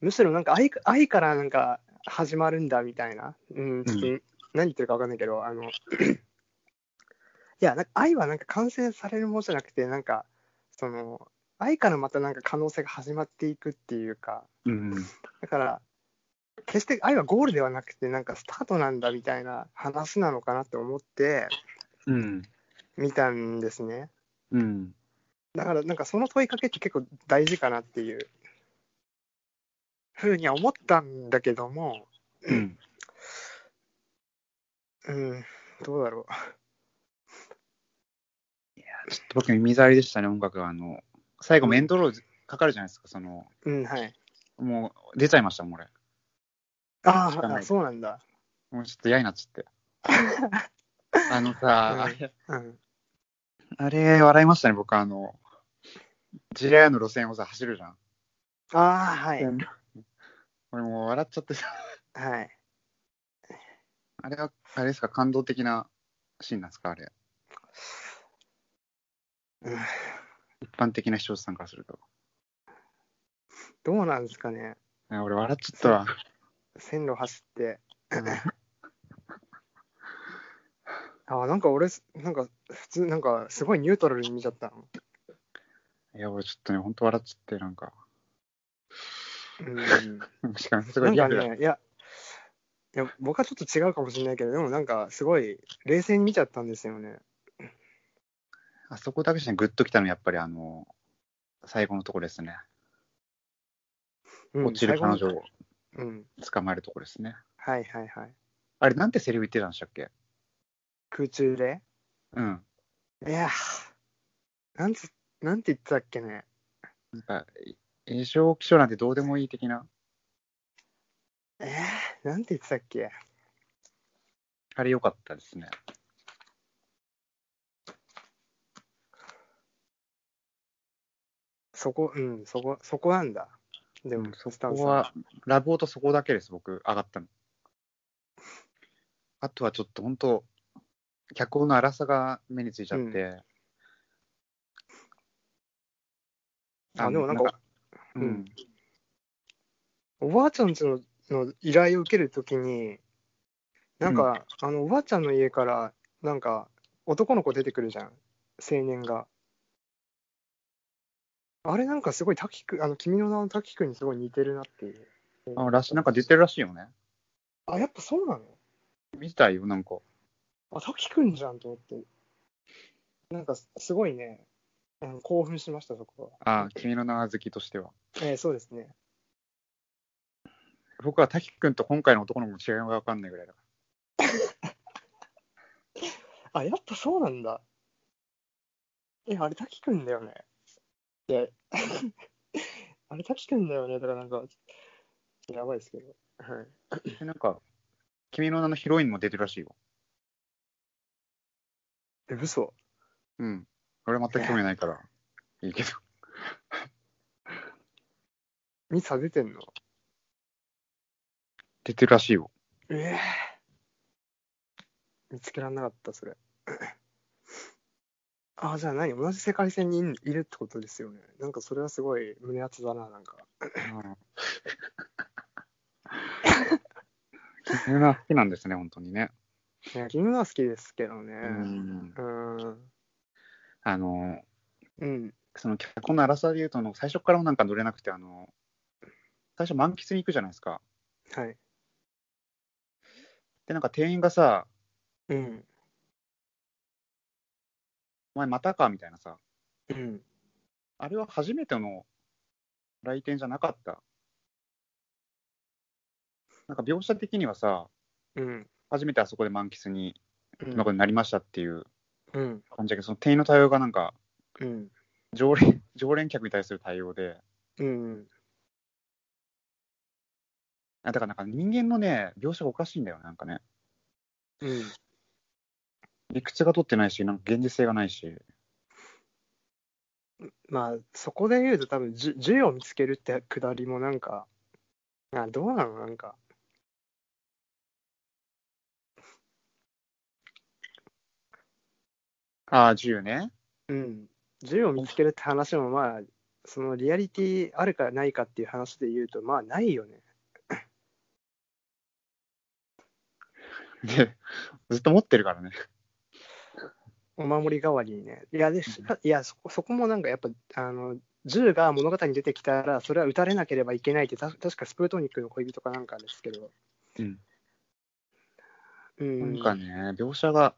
むしろなんか愛愛からなんか始まるんだみたいな、うん、ちょっと何言ってるか分かんないけど、あの、いや、なんか愛はなんか完成されるものじゃなくて、なんか、その、愛からまたなんか可能性が始まっていくっていうか、
うん。
だから、決して愛はゴールではなくて、なんかスタートなんだみたいな話なのかなって思って
うん。
見たんですね。
うん。
だから、なんかその問いかけって結構大事かなっていうふうには思ったんだけども、
うん。
うん、どうだろ
ちょっと僕耳障りでしたね、音楽が。あの、最後もエンドロールかかるじゃないですか、その、
う。うん、はい。
もう出ちゃいましたもん、俺。
あ
か
あ、
ない
あそうなんだ。
もうちょっと嫌になっちゃ って。あのさ、
うんうん。
あれ、笑いましたね、僕、あの、JR の路線をさ、走るじゃん。
ああ、はい。
俺もう笑っちゃってさ、
はい。
あれは、あれですか、感動的なシーンなんですか、あれ。
うん
一般的な視聴者さんからすると。
どうなんですかね。
いや俺、笑っちゃったわ。
線路走って。 ああ、なんか俺、なんか普通、なんかすごいニュートラルに見ちゃったの。
いや、俺、ちょっとね、本当笑っちゃって、なんか。
うん。
しかも、 すご
ないん
リア
か
ルだ。
ね、いや、いや僕はちょっと違うかもしれないけど、でもなんかすごい冷静に見ちゃったんですよね。
あそこだけじゃグッときたの、やっぱり、あの、最後のとこですね。
うん、
落ちる彼女
最後
を
の。うん。
捕まえるとこですね。
はいはいはい。
あれ、なんてセリフ言ってたんでしたっけ
空中で
うん。
いやーなんつ、なんて言ってたっけね。
なんか、異常気象なんてどうでもいい的な、
えー、なんて言ってたっけ
あれ良かったですね。
そこ、うん、そこ、そこなんだ。でも、
そ
スタンス
こは、ラブオとそこだけです、僕、上がったの。あとはちょっと、本当脚本の荒さが目についちゃって。
あ、でもなんか、
う
うんん。おばあちゃんちのの依頼を受けるときに、なんか、あのおばあちゃんの家から、なんか、男の子出てくるじゃん、青年が。あれなんかすごい滝くん、あの、君の名の滝くんにすごい似てるなっていう。
あらしなんか出てるらしいよね。
あ、やっぱそうなの
見たいよ、なんか。
あ、滝くんじゃんと思って。なんか、すすごいね、あの興奮しました、そこは。
あ君の名は好きとしては。
えーそうですね。
僕は滝君と今回の男の子の違いが分かんないぐらいだか
あ、やっぱそうなんだ。え、あれ、滝くんだよね。いや、 あれ、滝くんだよね。だから、なんか、やばいですけど。はい。
ら。でなんか、君の名のヒロインも出てるらしいよ。
え、嘘
うん。俺全く興味ないから、いいけど。
ミサ出てんの
出てるらしいよ。
ええ見つけられなかった、それ。 あ、じゃあ何同じ世界線にいんいるってことですよね。なんか、それはすごい胸熱だな、なんか。
君の名は好きなんですね、本当にね。
いや、君のは好きですけどね。
う。ん。
うん。
あの、
うん。
その脚本の荒さで言うと、あの最初からもなんか乗れなくて、あの、最初満喫に行くじゃないですか。
はい。
で、なんか店員がさ、
うん。
お前またかみたいなさ、
うん。
あれは初めての来店じゃなかった。なんか描写的にはさ、
うん。
初めてあそこで満喫に、
うん
のことになりましたっていう
うん。
感じだけど、その店員の対応がなんか、
うん。
常連、 常連客に対する対応で、
うん。
あだからなんか人間のね、描写がおかしいんだよね、なんかね。
うん。
理屈が取ってないし、なんか現実性がないし。
まあ、そこで言うと多分、じ銃を見つけるってくだりもなんか、あどうなのなんか。
ああ、銃ね。
うん。銃を見つけるって話もまあ、そのリアリティあるかないかっていう話で言うと、まあ、ないよね。
で、ずっと持ってるからね。
お守り代わりにね。いや、でしいやそこ、そこもなんかやっぱ、あの、銃が物語に出てきたら、それは撃たれなければいけないって、た確かスプートニックの恋人かなんかですけど。
うん。
うん。
なんかね、描写が、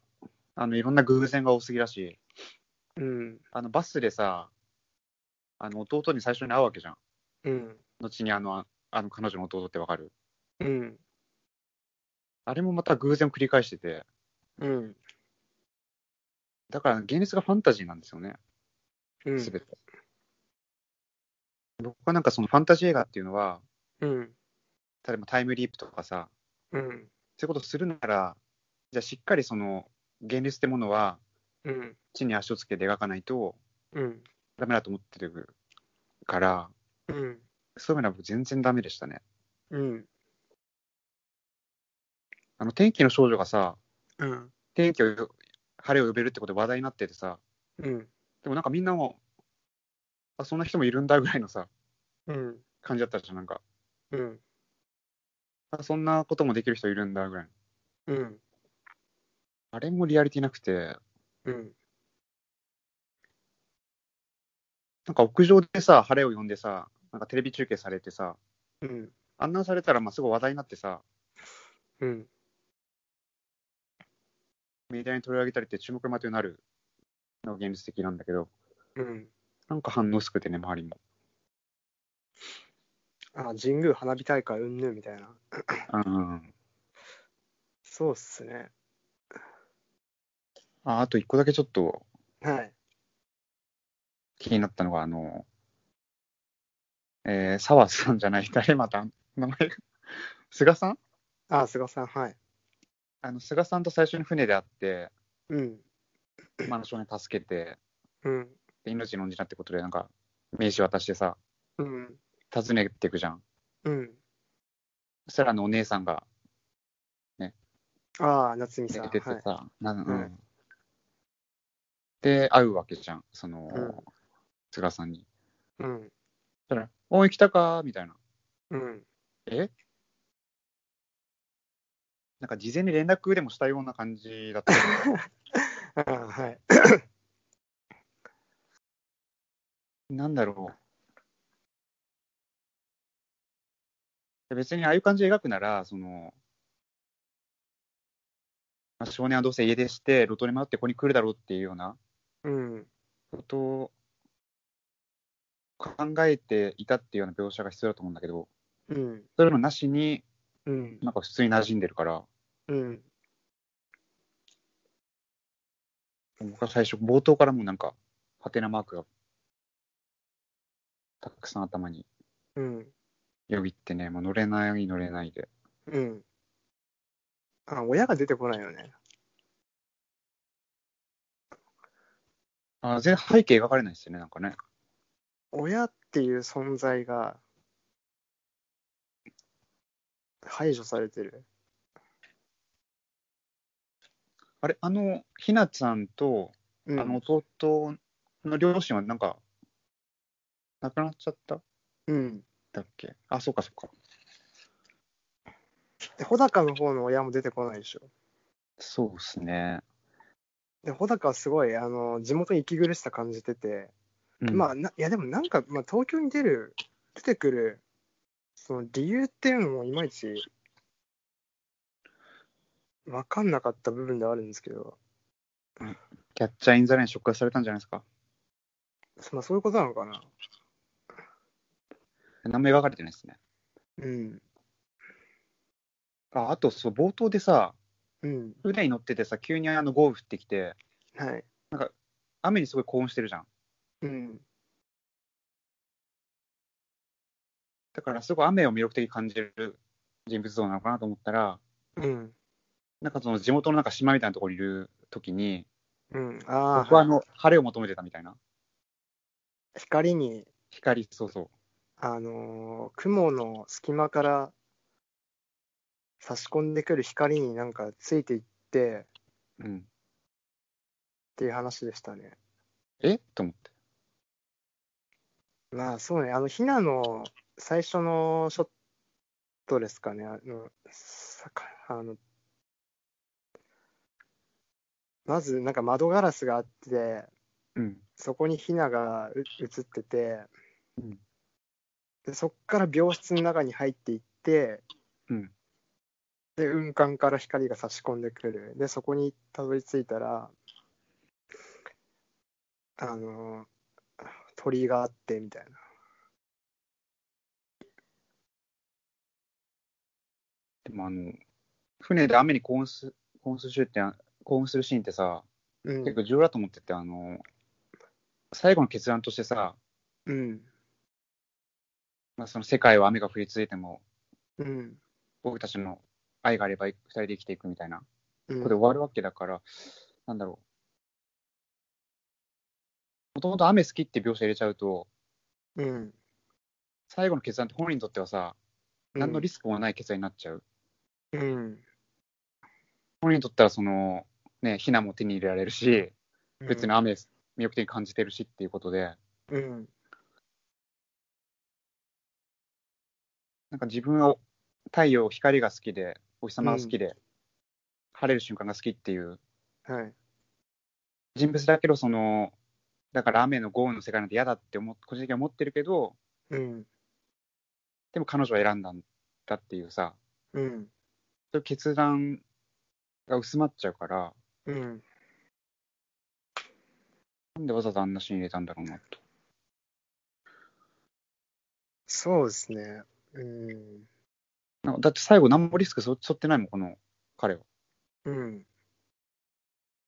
あの、いろんな偶然が多すぎだし、
うん。
あの、バスでさ、あの、弟に最初に会うわけじゃん。
うん。
後にあの、ああの、彼女の弟ってわかる
うん。
あれもまた偶然を繰り返してて、
うん。
だから現実がファンタジーなんですよね、
うん。
すべて。僕はなんかそのファンタジー映画っていうのは、
うん。
例えばタイムリープとかさ、
うん。
そういうことするなら、じゃあしっかりその、現実ってものは、
うん。
地に足をつけて描かないと
うん。
ダメだと思ってるから、
うん。
そういうのは僕全然ダメでしたね。
うん。
あの、天気の少女がさ、
うん。
天気を、晴れを呼べるってことで話題になっててさ、
うん。
でもなんかみんなも、あ、そんな人もいるんだぐらいのさ、
うん。
感じだったじゃん、なんか。
うん。
あそんなこともできる人いるんだぐらい。
うん。
あれもリアリティなくて、
うん。
なんか屋上でさ、晴れを呼んでさ、なんかテレビ中継されてさ、
うん。
案内されたらまあすごい話題になってさ、
うん。
メディアに取り上げたりって注目の的になるのが現実的なんだけど、
うん。
なんか反応薄くてね、周りも。
あ、神宮花火大会うんぬんみたいな。
うん。
そうっすね。
ああと一個だけちょっと
はい。
気になったのが、あの、えー、沢さんじゃない、誰また、名前が、菅さん
あ、菅さん、はい。
あの、菅さんと最初に船で会って、
うん。
まあ、あの少年助けて、
うん。
で命の恩人だってことで、なんか、名刺渡してさ、
うん。
訪ねていくじゃん。
うん。
そしたら、あの、お姉さんが
ああ、夏美
寝
さん。
てて
はい。
さ、なうん
はい
で、会うわけじゃん、その、
うん
菅さんに。
うん。
そしたら、おい、来たかみたいな。
うん。
えなんか事前に連絡でもしたような感じだったよね。
ああ、はい。
なんだろう。別にああいう感じで描くなら、その、まあ、少年はどうせ家出して、路頭に迷ってここに来るだろうっていうような
うん。
ことを考えていたっていうような描写が必要だと思うんだけど、
うん。
それもなしに、
うん。
なんか普通に馴染んでるから、
うん。
僕は最初、冒頭からもうなんか、ハテナマークがたくさん頭に
うん。
よぎってね、もう乗れない、乗れないで。
うん。あ、親が出てこないよね。
あ全然背景描かれないですよね、なんかね。
親っていう存在が排除されてる。
あれ、あの、ひなちゃんと、
うん、
あの、弟の両親はなんか、亡くなっちゃった
うん。
だっけあ、そうかそうか。
で、穂高の方の親も出てこないでしょ。
そうっすね。
で、穂高はすごい、あの、地元に息苦しさ感じてて、
うん
まあ、な、いやでもなんか、まあ、東京に出る、出てくる、その理由っていうのもいまいち、わかんなかった部分ではあるんですけど、
キャッチャーインザライン触発されたんじゃないですか。
まあ、そういうことなのかな。
何も描かれてないですね。
うん。
ああと、そう、冒頭でさ、
うん。
船に乗っててさ、急にあの豪雨降ってきて、
はい。
雨にすごい興奮してるじゃん。
うん。
だから、すごい雨を魅力的に感じる人物像なのかなと思ったら、
うん。
なんかその地元のなんか島みたいなところにいるときに、
うん。あ
僕
あ、
はあ
はい
の、晴れを求めてたみたいな。
光に、
光、そうそう。
あのー雲の隙間から差し込んでくる光になんかついていってっ
うん。
ていう話でしたね。
えと思って。
まあそうね、あの、ひなの最初のショットですかね、あの、さかあの、まずなんか窓ガラスがあって、
うん。
そこにひながう映ってて、
うん
でそっから病室の中に入っていって、
うん
で雲間から光が差し込んでくるでそこにたどり着いたらあの鳥があってみたいな
でもあの、船で雨に興奮す興奮するシーンってあ、興奮するシーンってさ、
うん
結構重要だと思ってて、あの、最後の決断としてさ、
うん
まあ、その世界は雨が降り続いても、
うん
僕たちの愛があれば二人で生きていくみたいな、こ
うん
こで終わるわけだから、なんだろう。もともと雨好きって描写入れちゃうと、
うん
最後の決断って本人にとってはさ、何のリスクもない決断になっちゃう。
うん
本人にとったら、その、ね、避難も手に入れられるし、別に雨魅力的に感じてるしっていうことで、
うん
なんか自分は太陽、光が好きで、お日様が好きで、晴れる瞬間が好きっていう
はい
人物だけど、その、だから雨の豪雨の世界なんて嫌だって思っ個人的には思ってるけど、
うん
でも彼女は選んだんだっていうさ、
うん
そういう決断が薄まっちゃうから、
うん
なんでわざわざあんなシーン入れたんだろうなと。
そうですねうん
なんかだって最後何もリスク背負背負ってないもん、この彼は。
うん。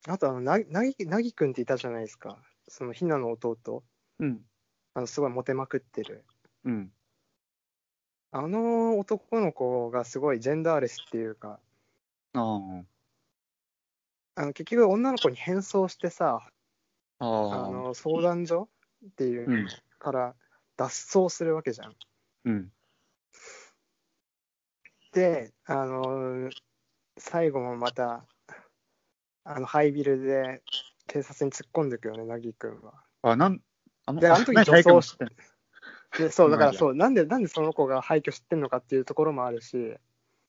あとあのな、なぎ、なぎくんっていたじゃないですか。その、ひなの弟。
うん。
あの、すごいモテまくってる。
うん。
あの男の子がすごいジェンダーレスっていうか、
あ
あの、結局女の子に変装してさ、
あ。
あ
ああ。。
の、相談所っていううんから脱走するわけじゃん。
うん。
で、あの、最後もまた、あの、ハイビルで警察に突っ込んでいくよね、なぎくんは。
あ、なん、あの
であの時
な
女装
して
で、そう、だか
まあい
ら
いや
そう、なんで、なんでその子が廃墟知ってんのかっていうところもあるし、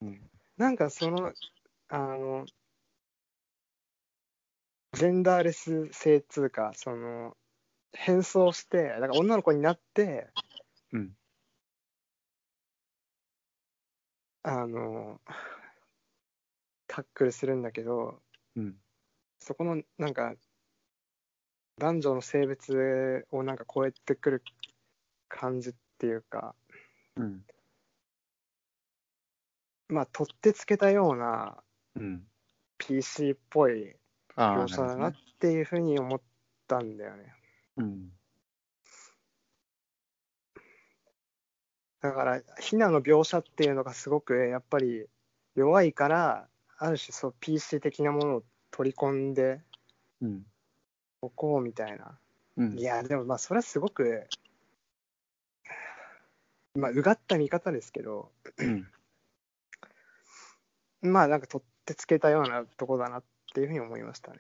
うん
なんかその、あの、ジェンダーレス性通貨、その、変装して、だから女の子になって、
うん
あの、タックルするんだけど、
うん。
そこの、なんか、男女の性別をなんか超えてくる感じっていうか、
うん。
まあ、取ってつけたような
うん。
PC っぽい
ああ。
描写だな
な
っ
る
ていうふうに思ったんだよね。
ほどねうん。
だから、ヒナの描写っていうのがすごくやっぱり弱いから、ある種そう PC 的なものを取り込んで
うん。
おこうみたいな。
うん
い。や、でもまあ、それはすごく、まあ、うがった見方ですけど、
うん
まあ、なんか取ってつけたようなとこだなっていうふうに思いましたね。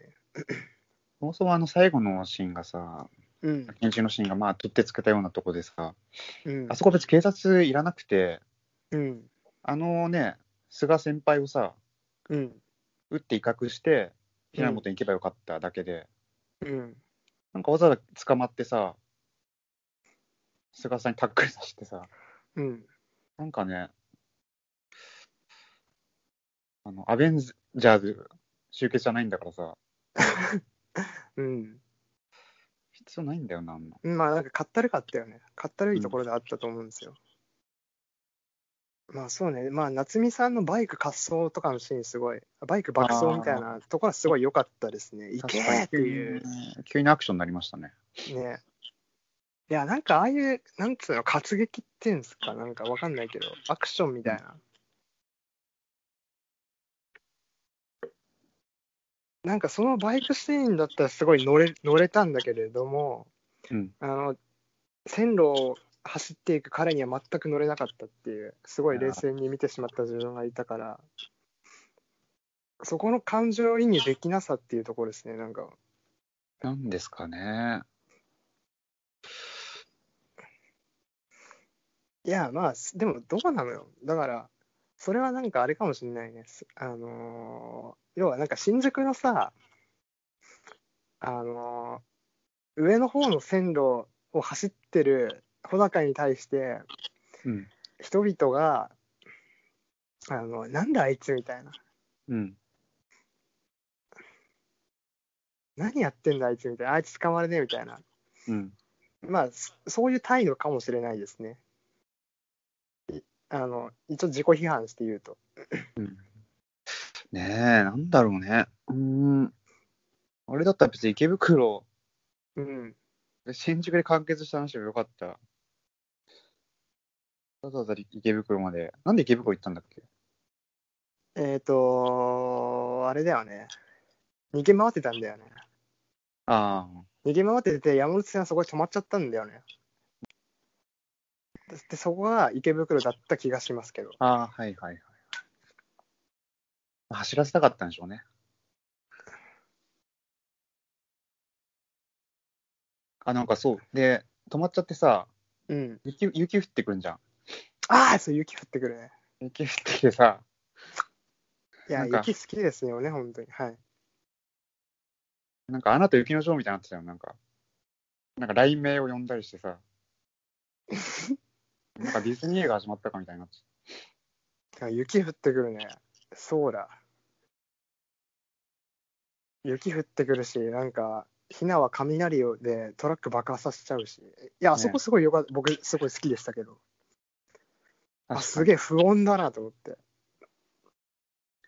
そもそもあの最後のシーンがさ、
うん。
研修のシーンがまあ取ってつけたようなとこでさ、
うん
あ。そこ別に警察いらなくて、
うん。
あのね、菅先輩をさ、
うん。
撃って威嚇して、避難元に行けばよかっただけで、
うん。
なんかわざわざ捕まってさ、菅さんにタックルさせてさ、
うん。
なんかね、あの、アベンジャーズ集結じゃないんだからさ、
うん。
必要ないんだよな、あんな。
まあなんかかったるかったよね。かったるいところであったと思うんですよ。まあそうね、まあ夏美さんのバイク滑走とかのシーン、すごい、バイク爆走みたいなところはすごい良かったですね。いけ
確か
ー
に
っていう。
急にアクションになりましたね。
ね。いや、なんかああいう、なんつうの、活劇っていうんですか、なんかわかんないけど、アクションみたいな。なんかそのバイクシーンだったらすごい乗れ乗れたんだけれども、
うん。
あの、線路を走っていく彼には全く乗れなかったっていう、すごい冷静に見てしまった自分がいたから、そこの感情移入できなさっていうところですね、なんか。
なんですかね。
いや、まあ、すでもどうなのよ。だから、それはなんかあれかもしれないね。すあのー要はなんか新宿のさ、あのー上の方の線路を走ってる穂高に対して、
うん。
人々が、あの、なんだあいつみたいな。
うん。
何やってんだあいつみたいな。あいつ捕まれねえみたいな。
うん。
まあ、そそういう態度かもしれないですね。いあの、一応自己批判して言うと。
うんねえ、なんだろうね。うーん。あれだったら別に池袋、
うん。
新宿で完結した話もよかった。わざわざ池袋まで。なんで池袋行ったんだっけ
えっ、とあれだよね。逃げ回ってたんだよね。
ああ。
逃げ回ってて、山手線はそこで止まっちゃったんだよね。で、そこが池袋だった気がしますけど。
ああ、はいはいはい。走らせたかったんでしょうね。あ、なんかそう。で、止まっちゃってさ、
うん。
雪、雪降ってくるんじゃ
ああ、そう、雪降ってくるね。
ん。雪降ってきてさ、
いや、
なんか
雪好きですよね、本当に。はい。
なんかアナと雪の女王みたいになってたよ、なんか。なんか雷鳴を呼んだりして さ。なんかディズニー映画始まったかみたいになっちゃ
あ雪降ってくるね。そうだ。雪降ってくるし、なんか、ひなは雷をでトラック爆破させちゃうし。いや、あそこすごいよかった。僕、すごい好きでしたけど。
う。
あ、す
え。
げえ不穏だなと思って。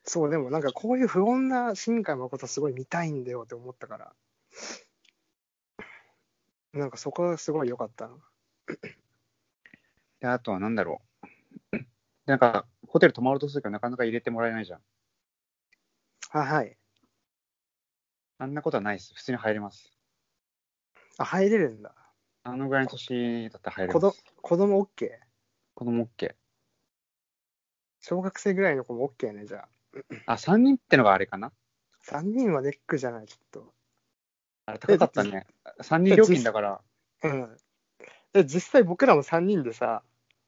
そう、でもなんかこういう不穏な新海誠すごい見たいんだよって思ったから。なんかそこはすごい良かったな。
で、あとはなんだろう。 なんか、ホテル泊まろうとするけど、なかなか入れてもらえないじゃん。
あ、はい。
あんなことはないです。普通に入れます。
あ、入れるんだ。
あのぐらいの年だったら入れま
子ど
す。
子供 OK。
子供 OK。
小学生ぐらいの子も OK ね、じゃ
あ、3人ってのがあれかな
あ。3人はネックじゃない、ちょっ
あれ高かったね。3人料金だから。
と。うん。で、実際僕らも3人でさ、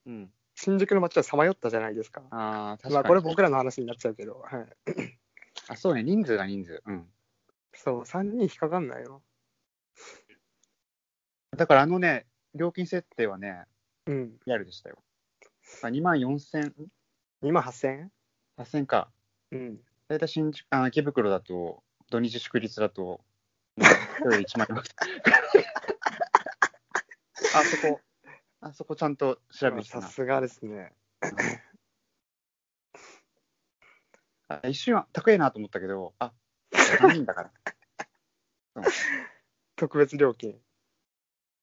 うん。
新宿の街をさまよったじゃないですか。
ああ、確か
まあ
に。
これ僕らの話になっちゃうけど、はい。
あ、そうね。人数だ、人数。うん。
そう、3人引っかかんないよ。
だからあのね、料金設定はね、
うん。
リアルでしたよ。あ2万4千、
2万8000円
8千か。
うん。
だいたい新宿、あ、池袋だと、土日祝日だと、一人1万円。 あそこ、あそこちゃんと調べてた
さ
な。
すがですね。
あ一瞬は高いなと思ったけど、あ、3人だから。
特別料金。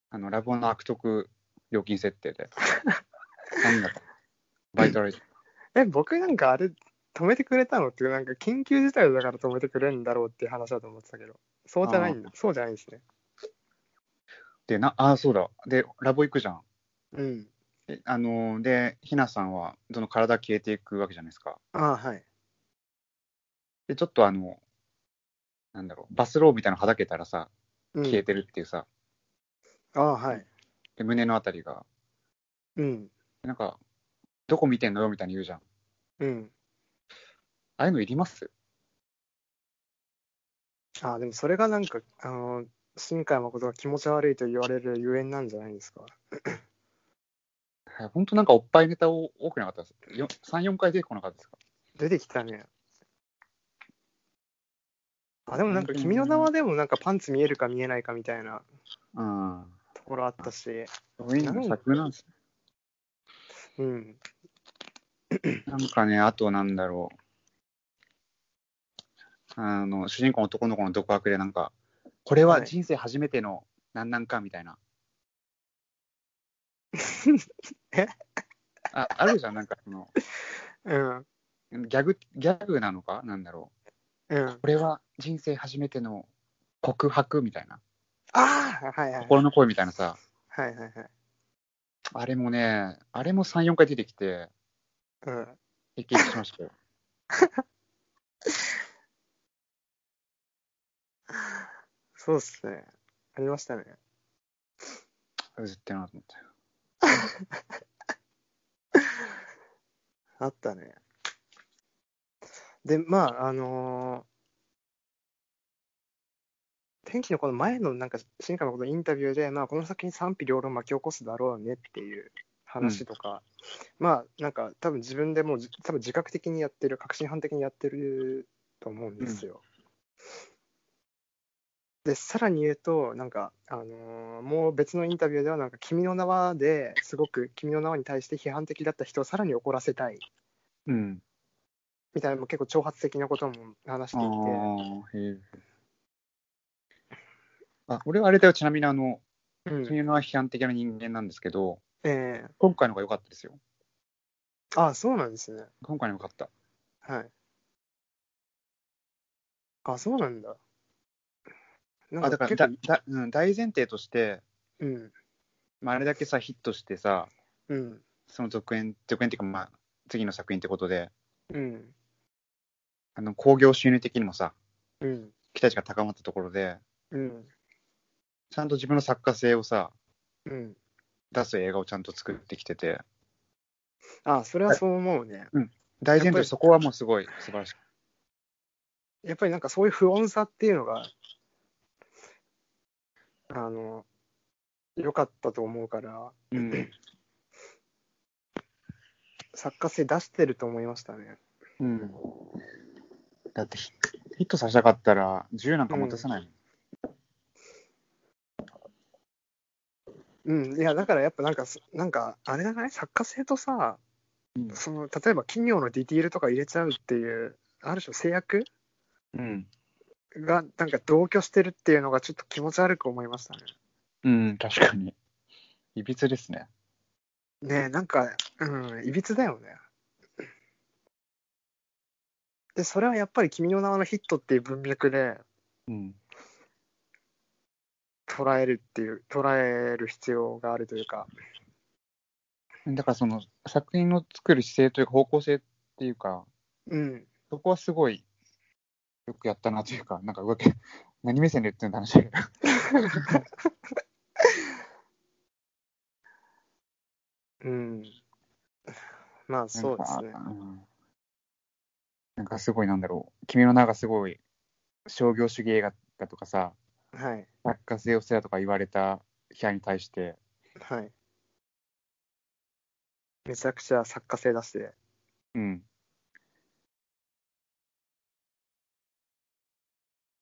あの、ラボの悪徳料金設定で。なんだか。バイトライト。
え、僕なんかあれ、止めてくれたのって、なんか緊急事態だから止めてくれるんだろうっていう話だと思ってたけど、そうじゃないんだ。そうじゃないですね。
で、な、あ、そうだ。で、ラボ行くじゃん。
うん。
で、あのーで、ひなさんは、その体消えていくわけじゃないですか。
ああ、はい。
で、ちょっとあの、なんだろう、バスローブみたいなのはだけたらさ、
うん、
消えてるっていうさ、
ああ、はい。
で、胸のあたりが、
うん。
なんか、どこ見てんのよみたいに言うじゃん。あ
うん。
あいうのいります
ああ、でもそれがなんか、あの、新海誠が気持ち悪いと言われるゆえんなんじゃないですか。
はいほんとなんかおっぱいネタを多くなかったです。よ3、4回出てこなかったですか
出てきたね。あ、でもなんか、君の名はでもなんかパンツ見えるか見えないかみたいな
うん。
ところあったし、
ウィンの作なんですね。
うん。
なんかね、あとなんだろう。あの、主人公の男の子の独白でなんか、これは人生初めてのなんなんかみたいな。
え
あ、あるじゃん、なんかその、
うん。
ギャグ、ギャグなのかなんだろ
うん。
う。これは人生初めての告白みたいな。
ああはいはい。
心の声みたいなさ。
はいはいはい。
あれもね、あれも3、4回出てきて、
うん。
激撃しましたよ。
そうっすね。ありましたね。
あれ絶対なと思って。
あったね。で、まあ、あのー天気のこの前のなんか、進化のことインタビューで、まあ、この先に賛否両論巻き起こすだろうねっていう話とか、まあ、なんか、多分自分でもうじ、多分自覚的にやってる、確信犯的にやってると思うんですよ。で、さらに言うと、なんか、あのーもう別のインタビューでは、なんか、君の名はですごく、君の名はに対して批判的だった人をさらに怒らせたい。
うん。
みたいなのも結構挑発的なことも話し
あ
ていて、
あ、へえ。あ、俺はあれだよ、ちなみにあの、
うん
君のは批判的な人間なんですけど、
え
今回のが良かったですよ。
ーああそうなんですね
今回のが良かった。
はいあそうなんだな
あ、
ん
だ
か
から
結
だ
構
だ、うん、大前提として、
うん
まあ、あれだけさ、ヒットしてさ、
うん
その続編、続編っていうか、まあ、次の作品ってことで、
うん
あの、興行収入的にもさ、
うん
期待値が高まったところで、
うん
ちゃんと自分の作家性をさ、
うん
出す映画をちゃんと作ってきてて、
ああそれはそう思うね
大前提としてそこはもうすごい素晴らしく
やっぱりなんかそういう不穏さっていうのがあの良かったと思うから
うん。
作家性出してると思いましたね
うん。だってヒ、ヒットさせたかったら、銃なんか持たせないもん。
うんいやだからやっぱなんかそなんかあれじゃない作家性とさ
うん
その例えば企業のディティールとか入れちゃうっていう、ある種制約
うん、
がなんか同居してるっていうのがちょっと気持ち悪く思いましたね。
うん、確かに。いびつですね。
ねえ、なんか、うん、いびつだよね。で、それはやっぱり君の名はのヒットっていう文脈で
うん。
捉えるっていう、捉える必要があるというか、
だからその作品を作る姿勢というか方向性っていうか、
うん、
そこはすごいよくやったなというか、なんかうわけ、 何目線で言ってるの話だけど。
うん。まあそうですね
な。んかんなんかすごいなんだろう。君の名がすごい商業主義映画だとかさ、
はい、
作家性をせだとか言われた批判に対して、
はい。めちゃくちゃ作家性出して、
うん。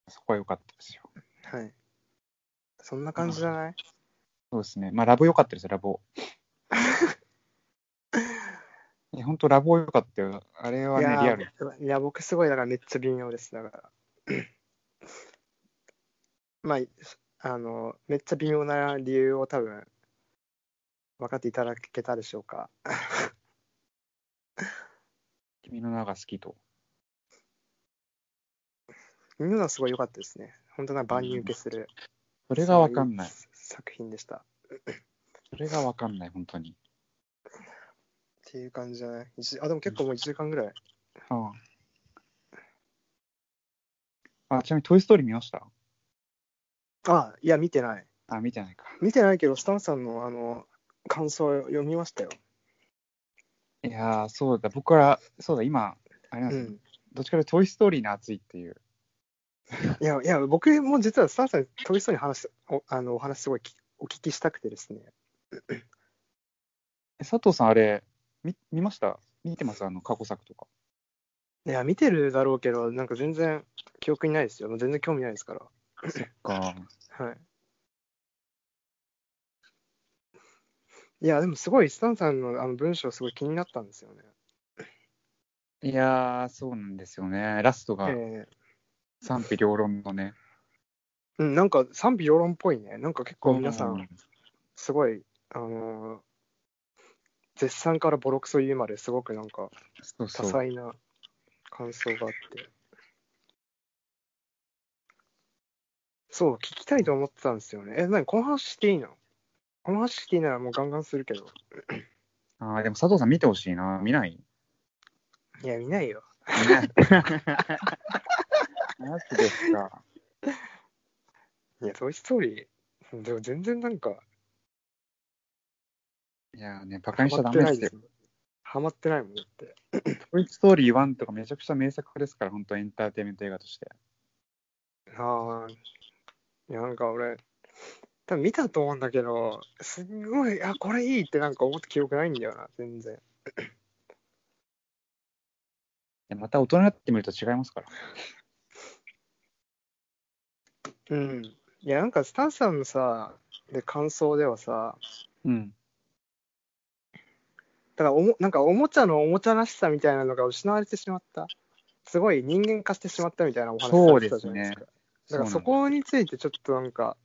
そこは良かったですよ。
はい。そんな感じじゃない
そうですね。まあ、ラボ良かったですよ、ラボ。いや、本当ラボ良かったよ。あれはいね、リ
や
アル。
いや、僕すごい、だからめっちゃ微妙です。だから。 まあ、あの、めっちゃ微妙な理由を多分、分かっていただけたでしょうか。
君の名が好きと。
見るのはすごい良かったですね。本当な万人受けする
それがわかんない。
作品でした。っ
それがわかんない、本当に。
ていう感じじゃない一時あ、でも結構もう1時間ぐらい。
ああ。あ、ちなみに、トイ・ストーリー見ました
あ、いや、見てない。
あ、見てないか。
見てないけど、スタンさんのあの、感想を読みましたよ。
いやー、そうだ、僕は、そうだ、今、あれな
うん
ですよ、
ん。
どっちかというと、トイ・ストーリーの熱いっていう。
いや、いや、僕も実はスタンさんに飛びそうに話す、おあのお話すごいきお聞きしたくてですね。
え佐藤さん、あれ、見見ました見てますあの、過去作とか。
いや、見てるだろうけど、なんか全然記憶にないですよ。もう全然興味ないですから。
か。
はい。いや、でもすごい、スタンさんのあの文章、すごい気になったんですよね。
いやー、そうなんですよね。ラストが
え
賛否両論のね。
ーうん、なんか賛否両論っぽいね。なんか結構皆さ、
うん
すごい、あのー絶賛からボロクソ言うまですごくなんか
そう
多
そう。
彩な感想があって。そう、聞きたいと思ってたんですよね。え、なに、この話していいのこの話していいならもうガンガンするけど。
あーでも佐藤さん見てほしいな。見 ない
いや、見ないよ。
見ない。マジですか。
いや、トイ・ストーリー、でも全然なんか、
いやーね、バカ
ハ
にしちゃ
マ
ダ
って
メ
な
で
い
すよ
です。ハマってないもんだって。
トイ・ストーリー1とかめちゃくちゃ名作ですから、本当エンターテインメント映画として。
ああ、いや、なんか俺、多分見たと思うんだけど、すんごい、あ、これいいってなんか思った記憶ないんだよな、全然。
でまた大人になってみると違いますから。
うん。いや、なんかスタンさんのさ、で、感想ではさ、
うん。
だからおも、なんかおもちゃのおもちゃらしさみたいなのが失われてしまった。すごい人間化してしまったみたいなお話されてたじゃないですか。だからそこについてちょっとなんか、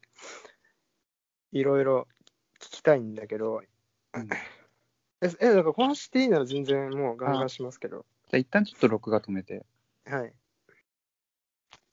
いろいろ聞きたいんだけど、
うんじゃ
え、えだからこの話していいなら全然もうガンガンしますけど、
あ一旦ちょっと録画止めて。
はい。